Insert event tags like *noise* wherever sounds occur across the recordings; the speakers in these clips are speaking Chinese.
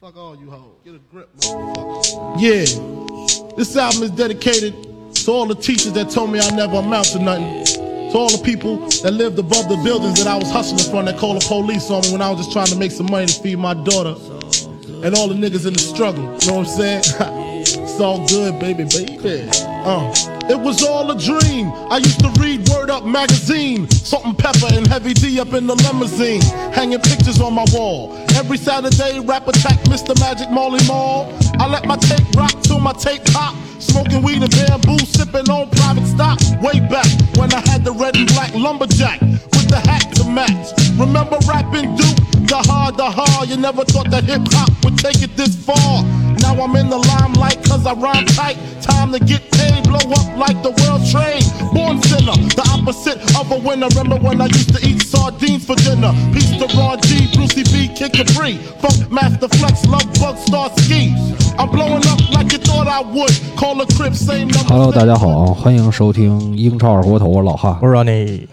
Fuck all you hoes. Get a grip, motherfucker. Yeah. This album is dedicated to all the teachers that told me I never amount to nothing. To all the people that lived above the buildings that I was hustling from that called the police on me when I was just trying to make some money to feed my daughter. And all the niggas in the struggle. You know what I'm saying? *laughs* it's all good, baby, baby. Uh. It was all a dream. I used to read Word Up magazine. Salt and pepper and heavy D up in the limousine. Hanging pictures on my wall. Every Saturday, rap attack Mr. Magic Molly Mall. I let my tape rock till my tape pop. Smoking weed and bamboo, sipping on private stock. Way back when I had the red and black lumberjack with the hat to match. Remember rapping Duke? The hard, the hard. You never thought that hip hop would take it this far. Now I'm in the limelight cause I rhyme tight. Time to get paid, blow up like the world trade. Born sinner, the opposite of a winner. Remember when I used to eat sardines for dinner? Peace to Raw G, Brucey B, Kid Capri. Funk Master Flex, Love Bug, Star Ski. I'm blowing up like you thought I would. Call a crib, same number. Hello，大家好，欢迎收听英超二锅头，我老汉。我说你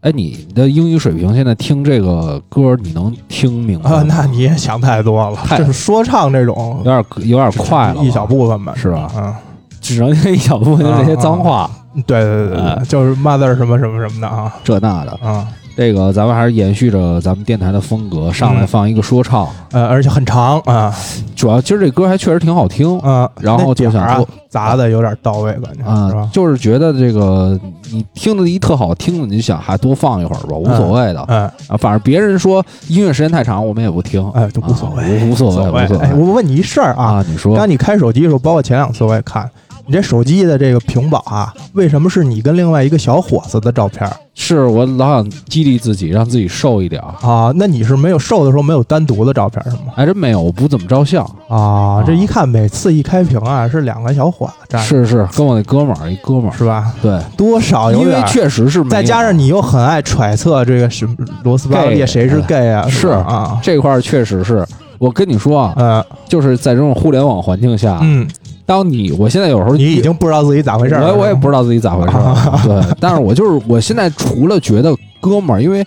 哎，你的英语水平现在听这个歌，你能听明白吗？啊，那你也想太多了，嗯太这是说唱这种有点有点快了吧，一小部分吧，是吧嗯，只能听一小部分的这些脏啊话，对对对对哎对，就是 mother 什么什么什么的啊这那的。啊，这个咱们还是延续着咱们电台的风格，上来放一个说唱。呃，而且很长啊主要今儿这歌还确实挺好听啊，然后那就点儿想啊说砸的有点到位，感觉啊是吧，？就是觉得这个你听着一特好听的，你就想还多放一会儿吧，无所谓的嗯，啊。反正别人说音乐时间太长，我们也不听，哎，都无所谓，啊无无所谓无所谓哎，我问你一事儿啊，啊。你说刚才你开手机的时候，包括前两次我也看。你这手机的这个屏保啊，为什么是你跟另外一个小伙子的照片儿是我老想激励自己，让自己瘦一点儿。啊？那你是没有瘦的时候没有单独的照片儿是吗？还真没有，我不怎么照相。哦啊，这一看每次一开屏啊，是两个小伙子站着，是是，跟我那哥们儿一哥们儿，是吧？对，多少有因为点儿，确实是没有再加上你又很爱揣测这个什么罗斯巴 gay，列谁是哎 gay 啊？是吧啊，这块儿确实是。我跟你说啊，嗯就是在这种互联网环境下，嗯，当你我现在有时候你已经不知道自己咋回事儿了，我我也不知道自己咋回事儿，啊 *laughs* 对，但是我就是我现在除了觉得哥们儿，因为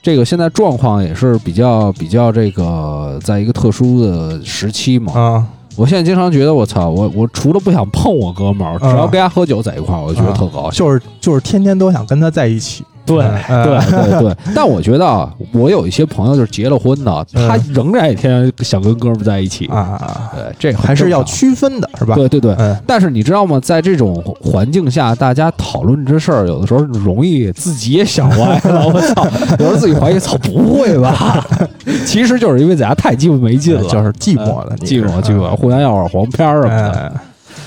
这个现在状况也是比较比较这个，在一个特殊的时期嘛，啊，我现在经常觉得我操，我我除了不想碰我哥们儿，只要嗯跟他喝酒在一块儿，我就觉得特高兴。就是就是天天都想跟他在一起，对嗯对，对对，但我觉得啊，我有一些朋友就是结了婚的，嗯他仍然也天天想跟哥们儿在一起嗯。啊，对，这很还是正要常区分的，是吧？对对对。嗯，但是你知道吗？在这种环境下，大家讨论这事儿，有的时候容易自己也想歪了。我操，有时候自己怀疑，操，不会 *laughs* 吧？其实就是因为在家太鸡巴没劲了，哎就是寂寞了，嗯你寂寞是寂寞，，互相要会儿黄片儿什么的。嗯，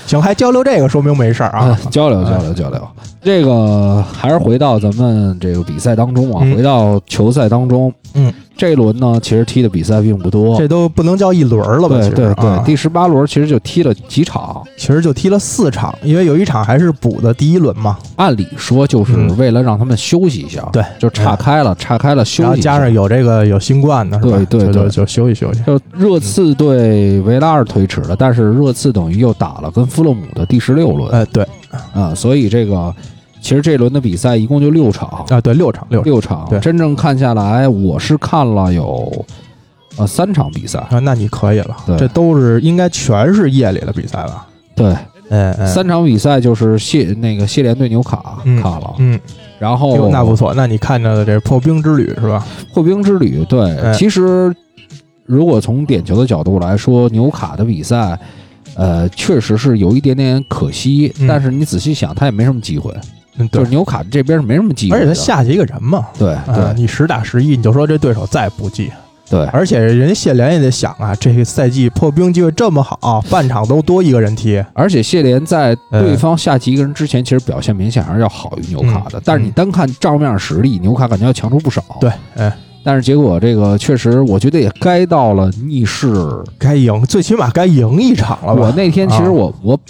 行，还交流这个，说明没事儿啊啊，，交流交流交流。这个还是回到咱们这个比赛当中啊，嗯回到球赛当中。嗯，这一轮呢，其实踢的比赛并不多。这都不能叫一轮儿了吧？对其实对啊对，第十八轮其实就踢了几场，其实就踢了四场，因为有一场还是补的第一轮嘛，按理说就是嗯为了让他们休息一下，对哎就岔开了，岔开了休然后息一下。加上有这个有新冠的，是吧对对就就对就休息休息。就热刺对维拉尔推迟了，但是热刺等于又打了跟富勒姆的第十六轮啊、呃，对所以这个其实这轮的比赛一共就六场，啊，对六场六场六场，对真正看下来，我是看了有呃三场比赛，啊，那你可以了对，这都是应该全是夜里的比赛吧？对，嗯嗯，三场比赛就是谢那个谢联对纽卡嗯看了，嗯，然后哟那不错，那你看着的这破冰之旅是吧？破冰之旅，对，哎其实如果从点球的角度来说，纽卡的比赛。呃，确实是有一点点可惜，嗯但是你仔细想，他也没什么机会，嗯，就对是，纽卡这边是没什么机会而的，且他下去一个人嘛。对啊，对你实打实一，你就说这对手再不济，对，而且人家谢联也得想啊，这个赛季破冰机会这么好，半场都多一个人踢，而且谢联在对方下棋一个人之前，其实表现明显还是要好于纽卡的。嗯但是你单看账面实力，纽卡感觉要强出不少。对，，嗯，但是结果这个确实，我觉得也该到了逆势。该赢，最起码该赢一场了吧？我那天其实啊我、我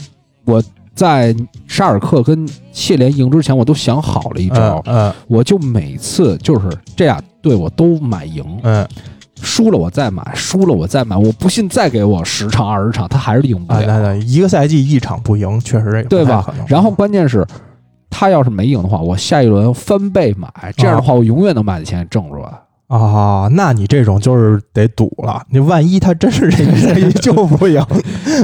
我在沙尔克跟谢联赢之前，我都想好了一招，嗯我就每次就是这俩队我都买赢，嗯输了我再买，输了我再买，我不信再给我十场二十场，他还是赢不啊，了。那那一个赛季一场不赢，确实也不对太吧可能？然后关键是，他要是没赢的话，我下一轮翻倍买，这样的话我永远能把这钱挣出来。啊，那你这种就是得赌了。你万一他真是这个赛季就不赢，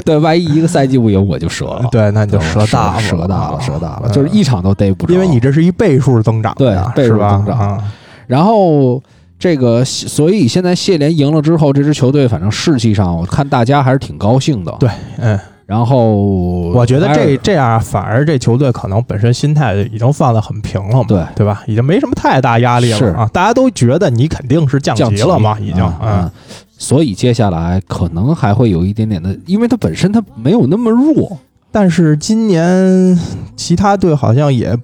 对，万一一个赛季不赢，我就折了。对，那你 *laughs* 对，就我折大折了，大了，折大了，就是嗯一场都逮不着。因为你这是一倍数增长对呀，倍是数吧？增长啊然后这个，所以现在谢联赢了之后，这支球队反正士气上，我看大家还是挺高兴的。对，嗯，然后我我觉得这这样反而这球队可能本身心态已经放得很平了嘛，对对吧？已经没什么太大压力是了啊，大家都觉得你肯定是降降级了嘛，已经，嗯啊啊所以接下来可能还会有一点点的，因为它本身它没有那么弱，但是今年其他队好像也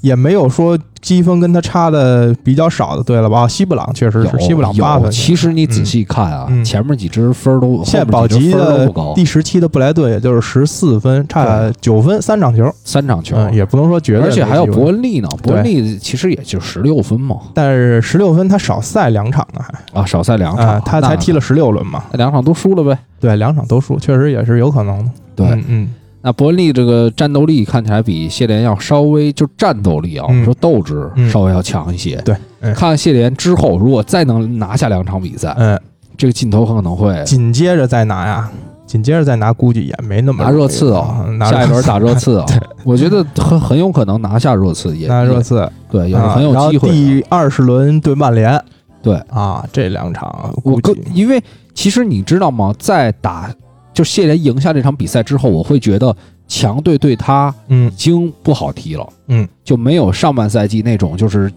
也没有说积分跟他差的比较少的队了吧？啊西布朗确实有是西布朗八有分，其实你仔细看啊，嗯前面几支分儿都现在保后面几级支分儿都的不高，第十七的布莱顿也就是十四分，差九分，三场球，三场球，嗯，也不能说绝对，而且还有伯，恩利呢，对伯恩利其实也就十六分嘛，但是十六分他少赛两场呢，还啊，少赛两啊场，，他才踢了了十六轮嘛，两场都输了呗。对，两场都输，确实也是有可能的，对，嗯嗯，那伯恩利这个战斗力看起来比谢联要稍微就战斗力啊，我嗯们说斗志嗯稍微要强一些。对，嗯看看谢联之后，如果再能拿下两场比赛，嗯，这个劲头可能会紧接着再拿呀，紧接着再拿，估计也没那么拿热刺啊，，啊拿下一热轮刺打热 *laughs* 刺啊，我觉得很很有可能拿下热刺，也拿热也刺，对，有啊很有然后机会的。第二十轮对曼联，对啊，这两场我估个计因为其实你知道吗，在打就谢联赢下这场比赛之后，我会觉得强队对他嗯已经不好踢了，嗯，就没有上半赛季那种就是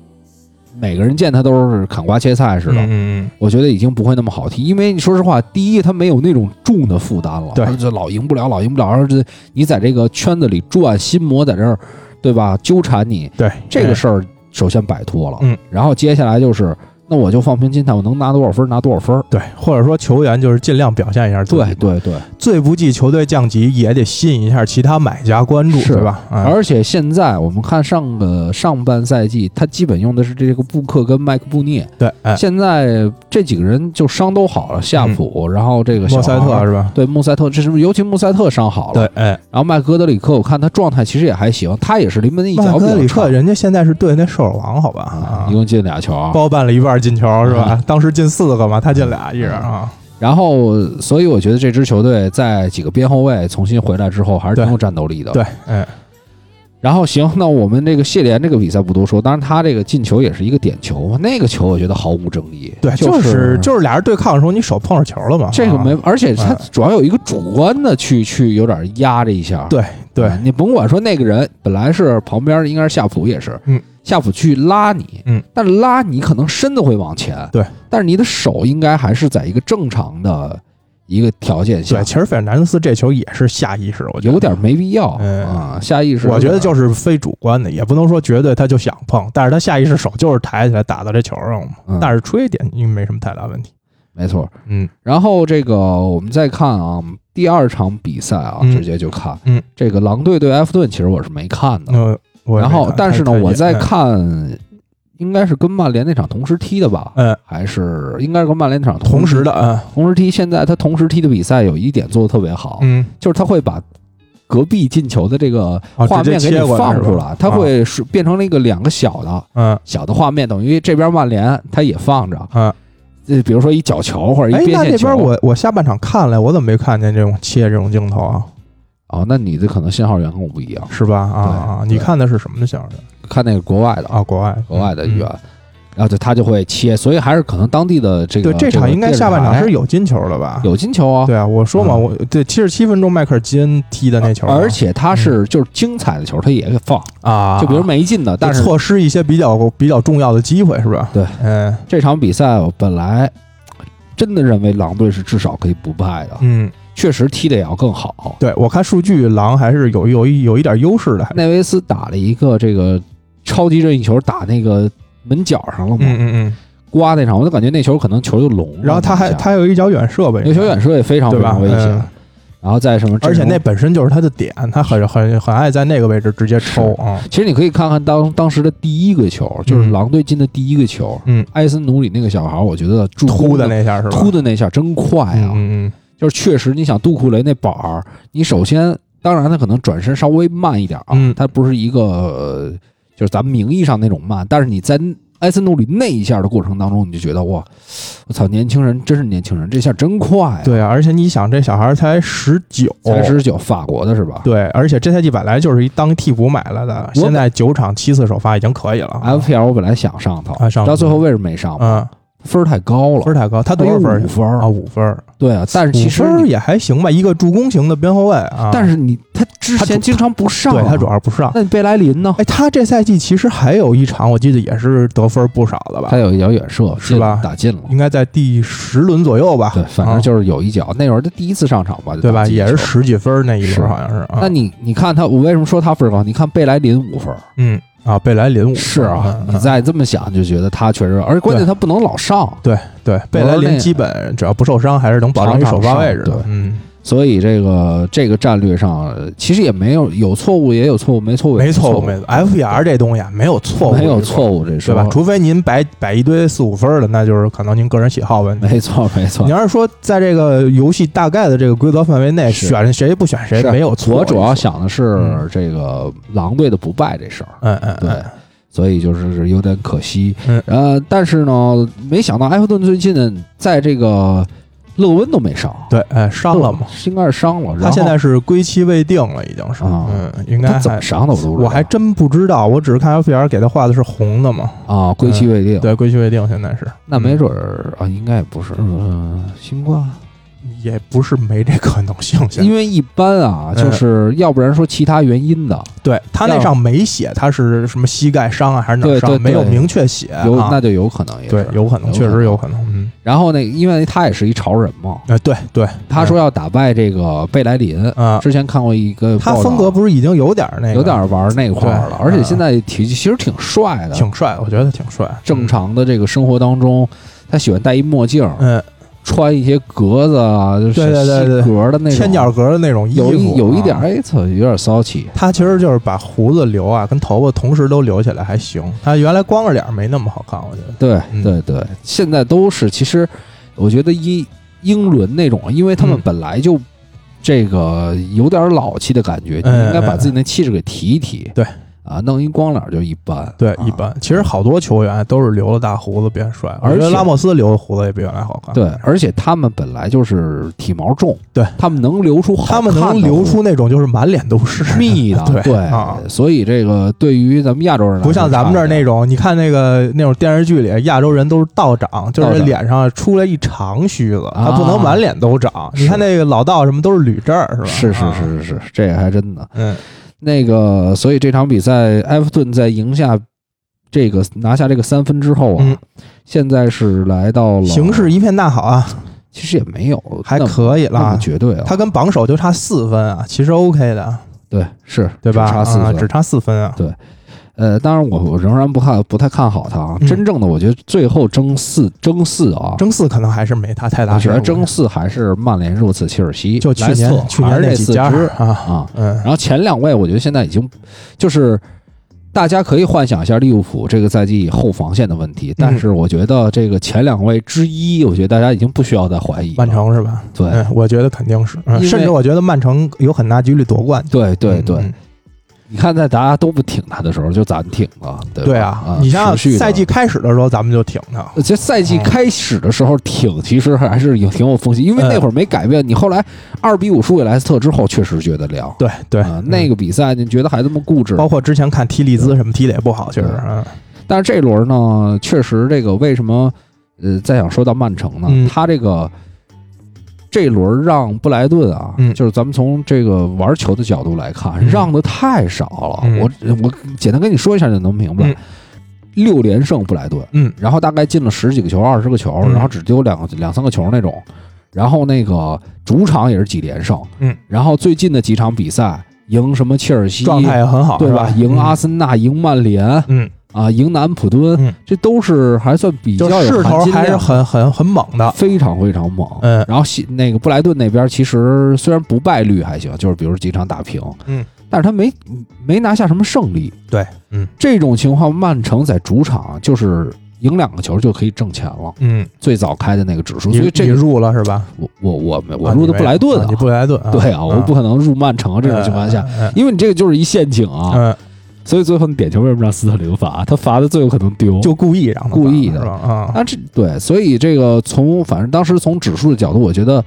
每个人见他都是砍瓜切菜似的。嗯嗯我觉得已经不会那么好踢，因为你说实话，第一他没有那种重的负担了，对他就老赢不了，老赢不了，然后这你在这个圈子里转，心魔在这儿，对吧？纠缠你对这个事儿，首先摆脱了，哎嗯，然后接下来就是，那我就放平心态，我能拿多少分儿拿多少分儿，对，或者说球员就是尽量表现一下自己对，对对，最不济球队降级也得吸引一下其他买家关注，是对吧？嗯而且现在我们看上个上半赛季，他基本用的是这个布克跟麦克布涅，对，哎，现在这几个人就伤都好了，夏普，然后这个嗯莫小塞特昂是吧？对穆塞特，这是不是尤其穆塞特伤好了？对，，哎，然后麦格德里克，我看他状态其实也还行，他也是临门一麦脚比克较里克差，人家现在是对那射手王，好吧？啊啊一，共进俩球啊。包办了一半进球是嗯吧？当时进四个嘛，他进俩一人啊，然后，所以我觉得这支球队在几个边后卫重新回来之后，还是挺对有战斗力的。对，哎，然后行，那我们这个谢联这个比赛不多说，当然他这个进球也是一个点球，那个球我觉得毫无争议。对，就就是就是俩人对抗的时候，你手碰上球了嘛？这个啊没，而且他嗯主要有一个主观的去去有点压这一下。对对啊，你甭管说那个人本来是旁边应该是夏普也是，嗯，夏普去拉你，嗯，但是拉你可能身子会往前，对，但是你的手应该还是在一个正常的一个条件下对，，其实费尔南德斯这球也是下意识，我觉得有点没必要嗯啊，下意识，我觉得就是是非主观的，也不能说绝对他就想碰，但是他下意识手就是抬起来打到这球上嘛。嗯但是吹点应没什么太大问题。没错。嗯然后这个我们再看啊，第二场比赛啊，嗯直接就看，嗯，这个狼队对埃弗顿，其实我是没看的，那嗯我也然没后看但是呢，太嗯我在太严看。应该是跟曼联那场同时踢的吧？嗯，还是应该是跟曼联那场同时啊时的嗯同时踢，现在他同时踢的比赛有一点做的特别好，嗯就是他会把隔壁进球的这个啊画面直给接你切过来放是吧啊出来，他会是变成了一个两个小的嗯小的画面，等于这边曼联他也放着，嗯。呃，比如说一角球或者哎一，边那线那球。边我我下半场看了，我怎么没看见这种切这种镜头啊？哦，那你的可能信号源跟我不一样，是吧？啊啊，对你看的是什么的项目？看那个国外的，啊，国外国外的嗯远，然后就他就会切，所以还是可能当地的这个对这个场应该电视下半场台是有进球的吧？有进球啊，对啊，我说嘛，嗯啊我对七十七分钟迈克尔基恩踢的那球嘛，嗯而且他是就是精彩的球他也给放，啊，就比如没进的，但但是错失一些比较比较重要的机会，是吧？对，嗯这场比赛我本来真的认为狼队是至少可以不败的，嗯，确实踢的也要更好。对我看数据，狼还是有有一有一点优势的，还是内维斯打了一个这个超级任意球，打那个门角上了嘛，嗯嗯刮那场，我就感觉那球可能球就拢了。嗯。然后他还他还有一脚远射吧，那球远射也非常对非吧常危险，嗯然后在什么阵而且容，那本身就是他的点，他很很很爱在那个位置直接抽啊。其实你可以看看当当时的第一个球，就是嗯狼队进的第一个球，嗯，埃森努里那个小孩，我觉得助攻突的那下是吧？嗯突的那下真快啊！嗯嗯就是确实，你想杜库雷那板儿，你首先当然他可能转身稍微慢一点啊，嗯他不是一个呃就是咱们名义上那种慢，但是你在埃森努里那一下的过程当中，你就觉得哇，我操，年轻人真是年轻人，这下真快、啊，，对啊，而且你想，这小孩才十九，才十九，法国的是吧？对，而且这赛季本来就是一当替补买来的，我哎现在九场七次首发已经可以了。 FPL 我本来想上他，啊上到最后为什么没上？嗯，分儿太高了，分儿太高，他他多少有分儿哎五？分儿啊，，五分儿。对啊，但是其实五分儿你，也还行吧，一个助攻型的边后卫啊。但是你他之他主前经常不上啊，对他主要是不上。那你贝莱林呢？哎，他这赛季其实还有一场，我记得也是得分不少的吧他，有一脚远射，是进吧打进了。应该在第十轮左右吧。对，反正啊就是有一脚，那会儿他第一次上场吧，对吧，打进一也是球十几分儿那一是轮好像是啊。那你你看他，我为什么说他分儿高？你看贝莱林五分儿，嗯啊，贝莱林五分儿是啊，嗯你再这么想就觉得他确实，而且关键他不能老上，对对，贝莱林基本只要不受伤，还是能保证一首发位置场上的。嗯，所以这个这个战略上呃其实也没有有错误，也有错误，没错误也没错错误，没错。FPR 这东西啊，没有错误，没有错，误这对说吧？除非您摆摆一堆四五分儿的，那就是可能您个人喜好问题。没错没错你。要是说在这个游戏大概的这个规则范围内是选谁不选谁是没有错，我主要，想的是嗯这个狼队的不败这事儿，嗯嗯，对，所以就是有点可惜。嗯呃，但是呢，没想到埃弗顿最近在这个勒温都没上，对，哎，伤了嘛，？应该是伤了。然他后现在是归期未定了，已经是，啊嗯，应该他怎么还，伤的我都不知道我还真不知道，我只是看 FPR 给他画的是红的嘛，啊，归期未定。对，归期未定，现在是，那没准儿啊，应该也不是，嗯，新冠，嗯也不是没这可能性，现在因为一般啊，嗯就是要不然说其他原因的，对他那要上没写他是什么膝盖伤啊还是哪对儿对伤，没有对明确写啊有那就有可能也对是，有可能，有确可能实有可能，嗯，然后那因为他也是一潮人嘛，哎，对对，他说要打败这个贝莱林，啊，之前看过一个他报道啊风格不是已经有点儿那个，有点玩那块儿了，哎对嗯而且现在体其实挺帅的，挺帅，我觉得挺帅，正常的这个生活当中，他喜欢戴一墨镜儿，嗯，穿一些格子啊，就是对对对对细格的那种，嗯，千角格的那种衣服，有一有一点啊儿，哎操，有点骚气。他其实就是把胡子留啊跟头发同时都留起来还行，他原来光着脸儿没那么好看，我觉得。对嗯对对，现在都是其实，我觉得英英伦那种，因为他们嗯本来就这个有点老气的感觉，你嗯应该把自己那气质给提一提。对啊，弄一光脸儿就一般，对，啊一般。其实好多球员都是留了大胡子变帅，我而觉得且拉莫斯留的胡子也比原来好看。对，而且他们本来就是体毛重，啊对他们能留出好他们看能的留胡 *laughs* 出那种就是满脸都是，密的，对对啊所以这个对于咱们亚洲人来说不像咱们这儿那种，你看那个那种电视剧里，亚洲人都是倒长，就倒是长啊脸上出来一长须子，他不能满脸都长。是你看那个老道什么都是捋这儿，是吧？是是啊，是是是，这还真的。嗯，那个，所以这场比赛，埃弗顿在赢下这个拿下这个三分之后啊，嗯现在是来到了形势一片大好啊，其实也没有还那么可以那么啦。绝对啊，他跟榜首就差四分啊，其实 OK 的，对是对吧？只差四啊分。只差四分啊。呃，当然我我仍然不看不太看好他啊。嗯真正的我觉得最后争四争四啊，争四可能还是没他太大我事觉儿。得争四还是曼联热刺切尔西，就去莱斯特年去还是年那那几四家支啊，啊。嗯然后前两位，我觉得现在已经就是大家可以幻想一下利物浦这个赛季后防线的问题，嗯但是我觉得这个前两位之一，我觉得大家已经不需要再怀疑了。曼城是吧？对嗯，我觉得肯定是，嗯因为甚至我觉得曼城有很大几率夺冠。对对对，嗯你看在大家都不挺他的时候，就咱们挺了，对吧对啊啊，，你想想持续的呃赛季。嗯开始的时候，咱们就挺他。这赛季开始的时候挺，其实还是有挺有风险，因为嗯那会儿没改变。你后来二比五输给莱斯特之后，确实觉得凉。对对啊，，那嗯个比赛你觉得还这么固执？包括之前看踢利兹什么踢的也不好，确实对，嗯但是这轮呢，确实这个为什么呃，再想说到曼城呢，嗯他这个这轮让布莱顿啊，嗯就是咱们从这个玩球的角度来看，嗯让的太少了。嗯我我简单跟你说一下就能明白，嗯六连胜布莱顿，嗯然后大概进了十几个球、二十个球，嗯然后只丢两两三个球那种。然后那个主场也是几连胜，嗯，然后最近的几场比赛赢什么切尔西，状态也啊很好，对是吧？吧？赢嗯阿，森纳，赢曼联，嗯，啊，迎南普敦，嗯这都是还算比就较有势头含金还是量，很很很猛的，非常非常猛。嗯然后西那个布莱顿那边其实虽然不败率还行，就是比如几场打平，嗯，但是他没没拿下什么胜利。对，嗯这种情况，曼城在主场就是赢两个球就可以挣钱了，嗯，最早开的那个指数。你所以你这个入了是吧？我我我没我啊入的你没布莱顿啊你啊，布莱顿，对啊，我不可能入曼城这种情况下，嗯嗯因为你这个就是一陷阱啊。嗯，所以最后你点球为什么让斯特林罚？他罚的最有可能丢，就故意让他故意罚的是吧？啊，啊，这对，所以这个从反正当时从指数的角度，我觉得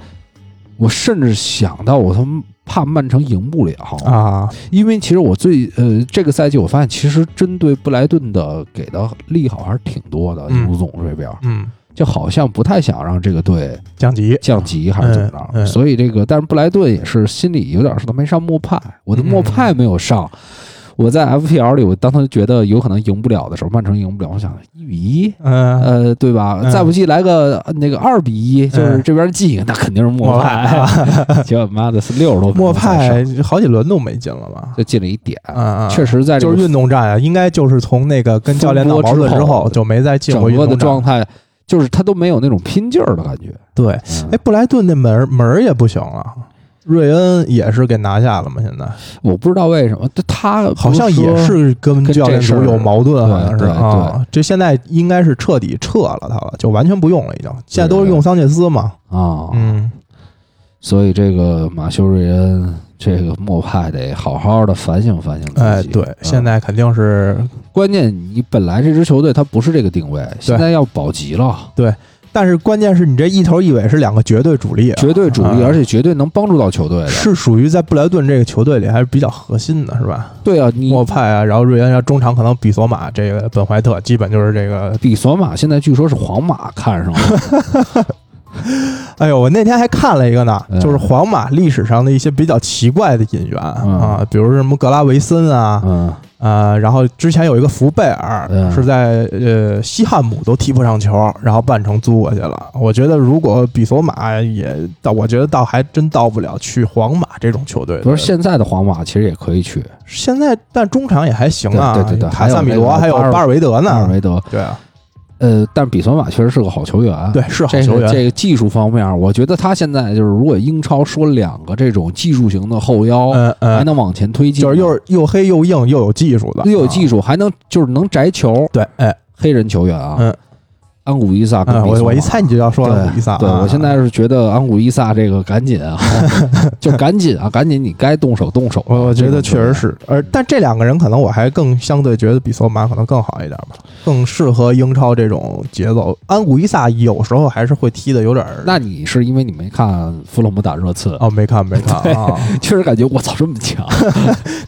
我甚至想到我他妈怕曼城赢不了，啊，因为其实我最呃这个赛季我发现其实针对布莱顿的给的利好还是挺多的，嗯卢总这边嗯，就好像不太想让这个队降级，降级还是怎么着，嗯嗯所以这个但是布莱顿也是心里有点说他没上莫派，我的莫派没有上。我在 FPL 里，我当时觉得有可能赢不了的时候，曼城赢不了，我想一比一，嗯，呃，对吧？嗯再不济来个呃那个二比一，就是这边进，那肯定是莫派。 *laughs* 结果妈的是六十多分钟莫才上派好几轮都没进了吧？就进了一点，啊，确实在这就个是运动战啊，应该就是从那个跟教练闹矛风盾之波之后后就没再进整过运个的动状战。态，就是他都没有那种拼劲儿的感觉。对，哎，哎，布莱顿那门儿门儿也不行了，瑞恩也是给拿下了嘛？现在我不知道为什么，他他好像也是跟教练组有矛盾，好像是对对啊。这现在应该是彻底撤了他了，就完全不用了，已经。现在都是用桑切斯嘛。啊，嗯，所以这个马修瑞恩这个莫派得好好的反省反省自己。哎，对，嗯现在肯定是，关键你本来这支球队它不是这个定位，现在要保级了。啊但是关键是你这一头一尾是两个绝对主力啊，绝对主力，啊而且绝对能帮助到球队的。是属于在布莱顿这个球队里还是比较核心的，是吧？对啊，你莫派啊，然后瑞恩，然后中场可能比索马，这个本怀特基本就是这个。比索马现在据说是皇马看上 *laughs* 了，哎呦，我那天还看了一个呢，嗯就是皇马历史上的一些比较奇怪的引援嗯啊，比如什么格拉维森啊，嗯，呃，然后之前有一个福贝尔、嗯是在呃西汉姆都踢不上球，然后曼城租过去了。我觉得如果比索马也到，我觉得倒还真到不了去皇马这种球队的。不是现在的皇马其实也可以去，现在，但中场也还行啊，对对对对卡萨米罗还还有有那个巴尔维德纳尔呢。维德，对啊，呃，但比索马确实是个好球员，对是好啊这球个员。这个技术方面，我觉得他现在就是如果英超说两个这种技术型的后腰嗯还嗯，能往前推进，就是又是又黑又硬又有技术的，又有技术。术，还能就是能摘球，对，哎，黑人球员啊，嗯，安古伊啊萨跟嗯比我索我一马猜你就要说对了比萨啊。对我现在是觉得安古伊萨这个赶 *laughs* 紧啊，就赶紧啊，赶紧你该动手动手啊。我我觉得这确种实是，而但这两个人可能我还更相对觉得比索马可能更好一点吧，更适合英超这种节奏。安古伊萨有时候还是会踢的有点儿球员。那你是因为你没看弗洛姆打热刺，哦，啊没看没看 *laughs* 啊，确实感觉我操这么强，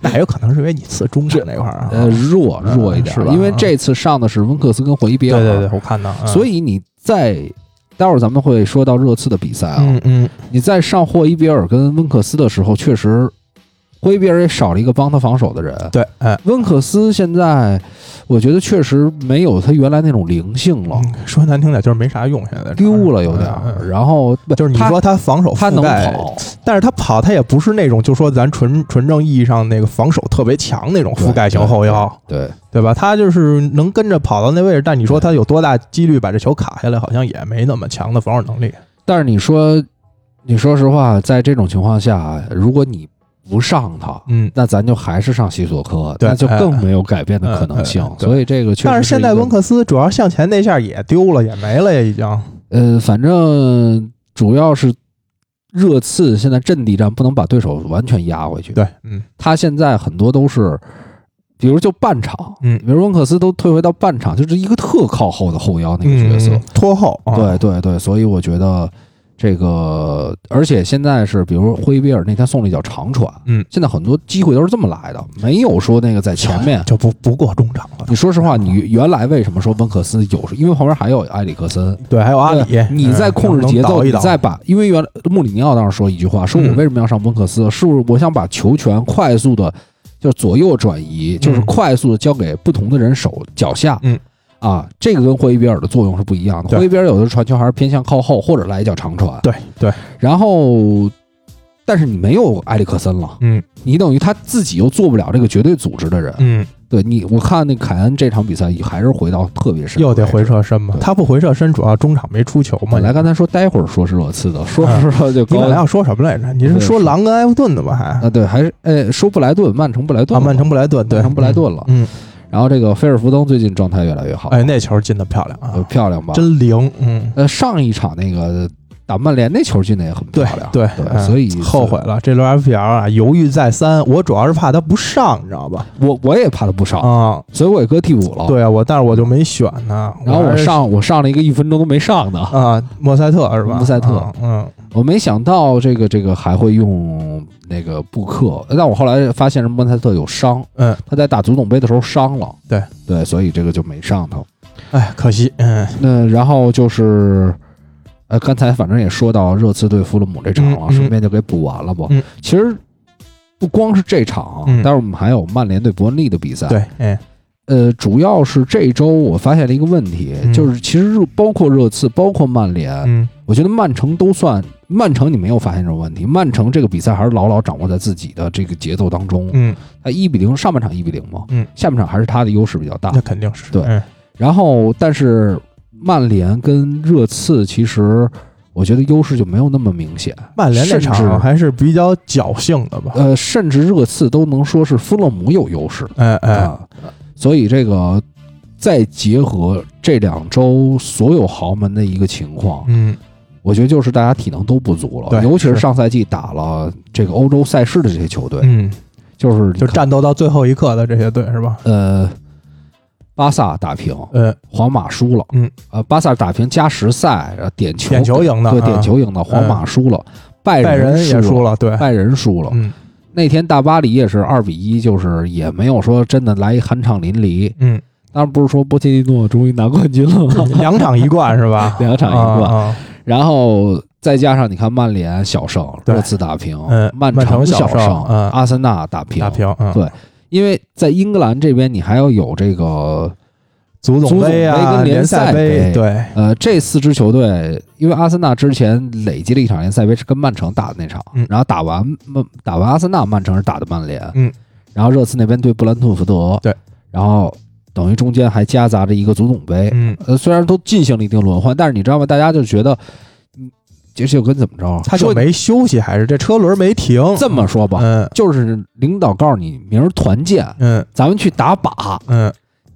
那也有可能是因为你刺中场那块儿啊。呃，弱嗯弱一点啊是吧，因为这次上的是温克斯跟霍伊对比尔，对对，我看到，嗯啊所以你在待会儿咱们会说到热刺的比赛啊，嗯嗯，你在上霍伊比尔跟温克斯的时候，确实霍伊比尔也少了一个帮他防守的人，对，哎，温克斯现在，我觉得确实没有他原来那种灵性了，嗯说难听点就是没啥用，现在丢了有点儿。嗯嗯然后不就是你他说他防守他覆能盖，跑，但是他跑他也不是那种就说咱纯纯正意义上那个防守特别强那种覆盖型后腰，对对吧？他就是能跟着跑到那位置，但你说他有多大几率把这球卡下来，好像也没那么强的防守能力。但是你说，你说实话，在这种情况下，如果你不上他，嗯，那咱就还是上西索科，对那就更没有改变的可能性嗯嗯嗯。对所以这个确实一个，但是现在温克斯主要向前那下也丢了，也没了，也已经。呃，反正主要是热刺现在阵地战不能把对手完全压回去，对，嗯他现在很多都是，比如就半场，嗯比如温克斯都退回到半场，就是一个特靠后的后腰那个角色。嗯拖后，啊对对对，所以我觉得这个，而且现在是，比如灰比尔那天送了一脚长传，嗯，现在很多机会都是这么来的，没有说那个在前面。就不不过中场了。你说实话，你原来为什么说温克斯有？因为旁边还有埃里克森，对，还有阿里对，你在嗯控制节能奏，倒一你倒再把，因为原来穆里尼奥当时说一句话，说我嗯为什么要上温克斯？是不是我想把球权快速的，就是左右转移，就是快速的交给不同的人手脚下，嗯。啊，这个跟霍伊比尔的作用是不一样的。对霍伊比尔有的传球还是偏向靠后，或者来一脚长传。对对，然后，但是你没有埃里克森了，嗯你等于他自己又做不了这个绝对组织的人。嗯，对你，我看那凯恩这场比赛还是回到特别深，又得回。撤身嘛。对他不回撤身，主要中场没出球嘛。本来刚才说待会儿说是热刺的，说嗯着说着就你高本来要说什么来着？你是说狼跟埃弗顿的吧？还啊，对，还是呃说布莱顿，曼城布莱顿啊，了，曼城布莱顿，对，曼城布莱顿了。嗯。嗯，然后这个菲尔福登最近状态越来越好，哎哎，那球进的漂亮啊呃，漂亮吧？真灵。嗯呃，上一场那个打曼联那球进的也很漂对亮，对嗯所以后悔了。这轮 FPL 啊，犹豫再三，我主要是怕他不上，你知道吧？我我也怕他不上，啊，所以我也搁替补了。，对啊，我但是我就没选呢。哦然后还我是上我上了一个一分钟都没上的，啊，莫塞特是吧？莫塞特啊嗯，我没想到这个这个还会用那个布克，但我后来发现是莫塞特有伤，嗯，他在打足总杯的时候伤了，对对，所以这个就没上头。哎，可惜，嗯那然后就是，呃，刚才反正也说到热刺对弗洛姆这场了，嗯嗯顺便就给补完了不？嗯其实不光是这场啊，嗯但是我们还有曼联对伯恩利的比赛。对，，哎，呃，主要是这周我发现了一个问题，嗯就是其实热包括热刺，包括曼联，嗯，我觉得曼城都算。曼城，你没有发现这种问题？曼城这个比赛还是牢牢掌握在自己的这个节奏当中。嗯，他一比零，上半场一比零嘛，嗯，下半场还是他的优势比较大。那肯定是啊对嗯然后，但是曼联跟热刺其实我觉得优势就没有那么明显。曼联甚这至场还是比较侥幸的吧？呃，甚至热刺都能说是弗洛姆有优势哎哎，啊、所以这个再结合这两周所有豪门的一个情况，嗯，我觉得就是大家体能都不足了，对尤其是是上赛季打了这个欧洲赛事的这些球队，嗯，就是你就看战斗到最后一刻的这些队是吧？呃，巴萨打平，呃，皇马输了，嗯，呃，巴萨打平加时赛，呃点球点球赢的对，啊点球赢的，皇马输了，拜拜仁也输输，了，对，拜仁输了。嗯那天大巴黎也是二比一，就是也没有说真的来一酣畅淋漓。嗯，当然不是说波切蒂诺终于拿冠军了 *laughs* 吗？？两场一冠是 *laughs* 吧两场一冠啊，啊然后再加上你看曼联小胜，对热刺打平，嗯曼曼城小小胜嗯阿森纳打平，打平，嗯，对因为在英格兰这边，你还要有这个足足总总杯杯啊，跟联联赛赛杯对，呃，这四支球队，因为阿森纳之前累积了一场联赛杯，是跟曼城打的那场，嗯然后打完曼打完阿森纳，曼城是打的曼联，嗯，然后热刺那边对布兰特福德，对，然后等于中间还夹杂着一个足总杯，嗯，呃，虽然都进行了一定轮换，但是你知道吗？大家就觉得，嗯，这就跟怎么着，他就说没休息，还是这车轮没停，这么说吧，嗯就是领导告诉你明儿团建，嗯咱们去打靶，嗯，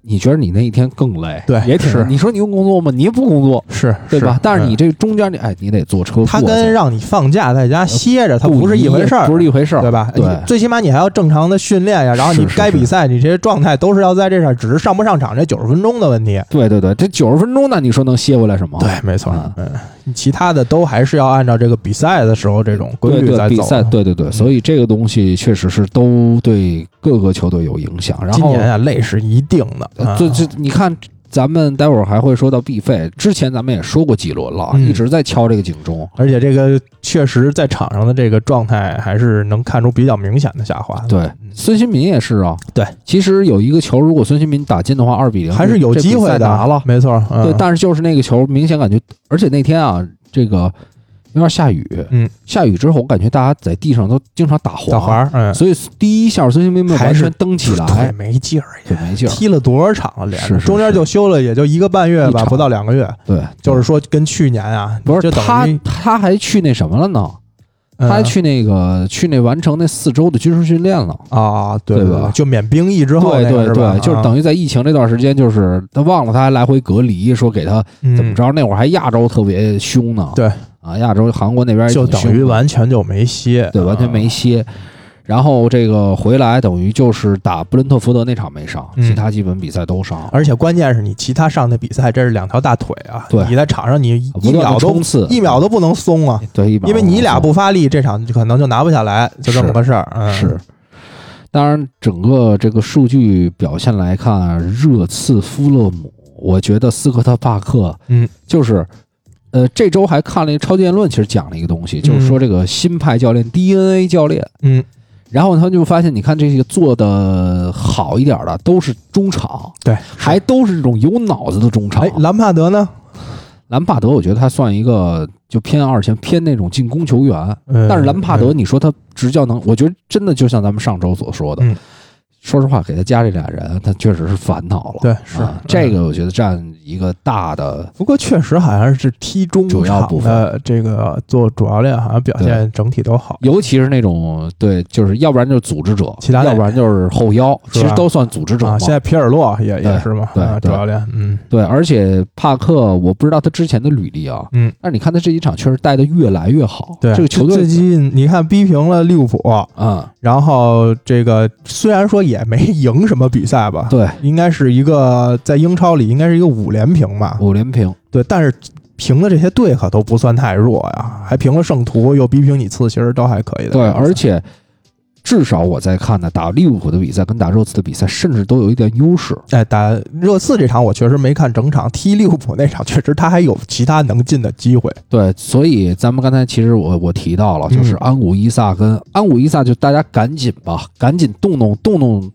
你觉得你那一天更累，对也挺是累。你说你用工作吗？你也不工作。是，对吧？但是嗯你这中间你哎，你得坐车过去。他跟让你放假在家歇着，他不是一回事儿，不是一回事儿，对吧？对，你最起码你还要正常的训练呀，然后你是是该比赛你这些状态都是要在这上，只是上不上场这九十分钟的问题。对对对，这九十分钟呢，你说能歇回来什么？对，没错啊，嗯，其他的都还是要按照这个比赛的时候这种规对律对，在比走啊嗯赛，的。对对对，所以这个东西确实是都对各个球队有影响。然今后，年啊，累是一定的，呃啊这这你看，咱们待会儿还会说到 B 费，之前咱们也说过几轮了，嗯一直在敲这个警钟。而且这个确实在场上的这个状态还是能看出比较明显的下滑的。对，孙兴民也是啊。嗯对，其实有一个球，如果孙兴民打进的话，二比零还是有机会的，拿了。没错，嗯、对，但是就是那个球，明显感觉，而且那天啊，这个有点下雨，嗯，下雨之后，我感觉大家在地上都经常打滑，小华，嗯，所以第一下孙兴民没有完还是全蹬起腿来，没劲儿，就没劲儿，踢了多少场了连着，是是中间就休了也就一个半月一吧，场不到两个月。对，就是说跟去年啊，不是就等他于他还去那什么了呢？他还嗯去那个去那完成那四周的军事训练了。啊，对对吧对，就免兵役之后对那个对是吧，啊对，就是等于在疫情这段时间，就是他忘了他还来回隔离，说给他于怎么，着？那会儿还亚洲特别凶呢。嗯对啊，亚洲韩国那边嗯也挺就等凶于的完全就没歇，对，完全没啊。歇。然后这个回来等于就是打布伦特福德那场没上，嗯其他基本比赛都上了。而且关键是你其他上的比赛，这是两条大腿啊！对你在场上你不一断地秒都冲刺一秒都不能松啊，对，一百因为多你俩分不发力，这场就可能就拿不下来，就这么个事儿。嗯，是。当然，整个这个数据表现来看，热刺、夫勒姆，我觉得斯科特·帕克，嗯，就是，呃，这周还看了一超级言论，其实讲了一个东西，就是嗯说这个新派教练 DNA 教练，嗯，然后他就发现，你看这些做的好一点的都是中场，对，还都是这种有脑子的中场哎。，兰帕德呢？兰帕德，我觉得他算一个就偏二线偏那种进攻球员，嗯但是兰帕德，你说他执教能，我觉得真的就像咱们上周所说的嗯，说实话，给他加这俩人，他确实是烦恼了。对是啊嗯这个，我觉得占一个大的不过确实好像是踢中主要场部的这个做主教练，好像表现整体都好。尤其是那种对，就是要不然就是组织者，齐达内要不然就是后腰，是其吧实都算组织者嘛。啊，现在皮尔洛也对也是嘛，对啊主对教练，嗯对，而且帕克，我不知道他之前的履历啊，嗯，但是你看他这几场确实带的越来越好，对，这个球最队近你看逼平了利物浦，啊、然后这个虽然说也没赢什么比赛吧，对，应该是一个在英超里应该是一个五连平吧，五连平，对，但是平的这些队可都不算太弱呀，还平了圣徒，又逼平你次，其实都还可以的。对，而且至少我在看呢，打利物浦的比赛跟打热刺的比赛，甚至都有一点优势。哎，打热刺这场我确实没看整场，踢利物浦那场 *laughs* 确实他还有其他能进的机会。对，所以咱们刚才其实我我提到了，就是嗯安古伊萨跟安古伊萨，就大家赶紧吧，赶紧动动动动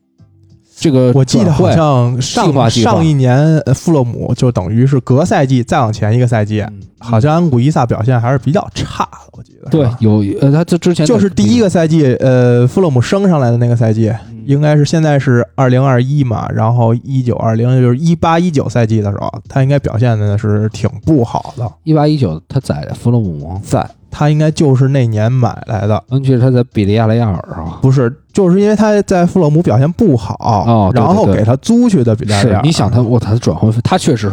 这个我记得转好会像计划上计划上一年呃富勒姆就等于是隔赛季再往前一个赛季，嗯好像安古伊萨表现还是比较差的，我记得。对是吧有呃，他这之前就是第一个赛季，呃，富勒姆升上来的那个赛季，嗯应该是现在是二零二一嘛，然后一九二零就是一八一九赛季的时候，他应该表现的是挺不好的，一八一九，他在弗洛姆吗？在他应该就是那年买来的，嗯，确实他在比利亚雷亚尔啊。不是，就是因为他在富勒姆表现不好，哦对对然后对给他租去的比利亚雷是亚，你想他，我他的转会费，他确实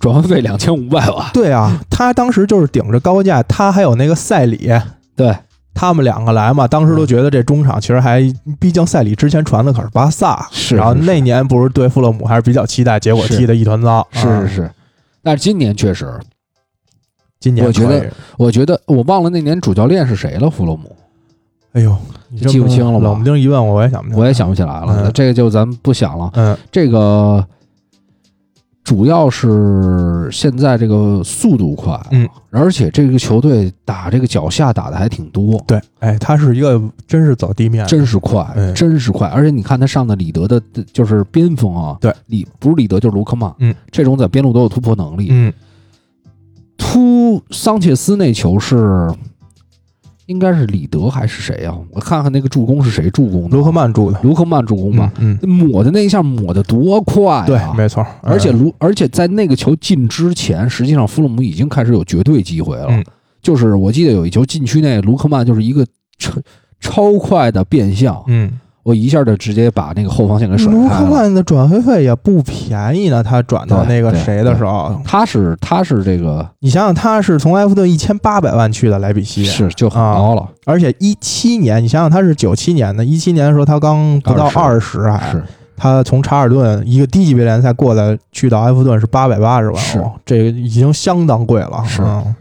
转会费两千五百万，对啊，他当时就是顶着高价，他还有那个塞里，对，嗯他们两个来嘛，当时都觉得这中场其实还，毕竟塞里之前传的可是巴萨，是然后是是那年不是对富勒姆还是比较期待，结果是踢的一团糟，是是啊是。但是今年确实，今年我觉得可以，我觉得我忘了那年主教练是谁了，弗洛姆，哎呦，你这么记不清了吧冷不丁一问我，我也想不起来，我也想不起来了。嗯这个就咱们不想了。嗯，这个主要是现在这个速度快，嗯，而且这个球队打这个脚下打的还挺多，对，哎，他是一个真是走地面，真是快，嗯真是快。而且你看他上的里德的，就是边锋啊，对，里不是里德就是卢克曼，嗯，这种在边路都有突破能力。嗯，突桑切斯那球是。应该是里德还是谁呀、啊我看看那个助攻是谁助攻的。卢克曼住的，卢克曼助攻吧，嗯，嗯，抹的那一下抹的多快、啊！对，没错，而且嗯卢，而且在那个球进之前，实际上弗洛姆已经开始有绝对机会了。嗯就是我记得有一球禁区内，卢克曼就是一个超超快的变向，嗯，我一下就直接把那个后防线给甩卢开克了。曼的转会费也不便宜呢，他转到那个对对谁的时候，他是他是这个你想想，他是从埃弗顿一千八百万去的莱比锡，是就很啊高了，而且一七年，你想想他是九七年的，一七年的时候他刚不到二十，还是他从查尔顿一个低级别联赛过来，去到埃弗顿是八百八十万，是哦这个已经相当贵了，是嗯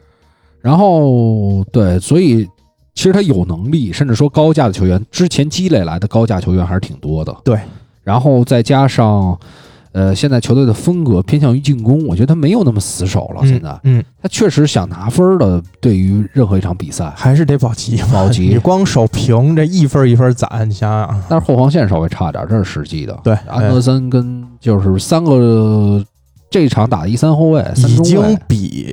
然后对，所以其实他有能力，甚至说高价的球员，之前积累来的高价球员还是挺多的。对，然后再加上，呃，现在球队的风格偏向于进攻，我觉得他没有那么死守了。现在、嗯嗯他确实想拿分儿的，对于任何一场比赛，还是得保级嘛，保级你光守平这一分一分攒，你想啊哎想，但是后防线稍微差点，这是实际的。对，安德森跟就是三个。这场打一三后卫，哎三已中经卫，比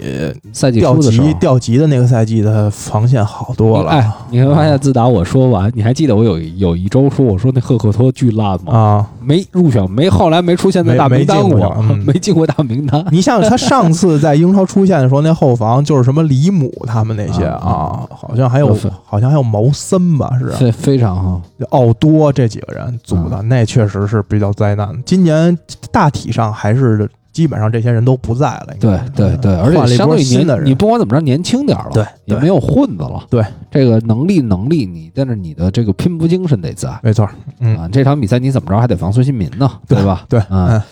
赛季调初的时候级，调级的那个赛季的防线好多了。哎，你会发现，自打我说完，你还记得我有有一周说我说那赫克托巨烂吗？啊，没入选，没后来没出现在没大名单没进过过，嗯 *laughs* 没进过大名单。你像他上次在英超出现的时候，那后防就是什么里姆他们那些啊，好像还有有分好像还有毛森吧，是啊非非常哈，奥多这几个人组嗯的，那确实是比较灾难。今年大体上还是基本上这些人都不在了，应对该对对，而嗯换了且一相波对新的年，人，你不管怎么着，年轻点儿了，对也对没有混子了，对，这个能力能力你，但是你的这个拼搏精神得在没错，嗯，啊。这场比赛你怎么着还得防孙兴民呢，对吧？对，啊嗯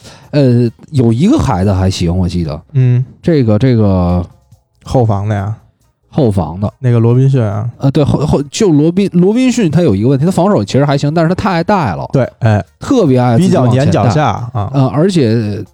呃，有一个孩子还行，我记得嗯，这个这个后防的呀，后防的，那个罗宾逊啊，呃，对后后就罗宾罗宾逊他有一个问题，他防守其实还行，但是他太爱带了，对，哎，特别爱比自己较往粘前脚带下啊。呃，而且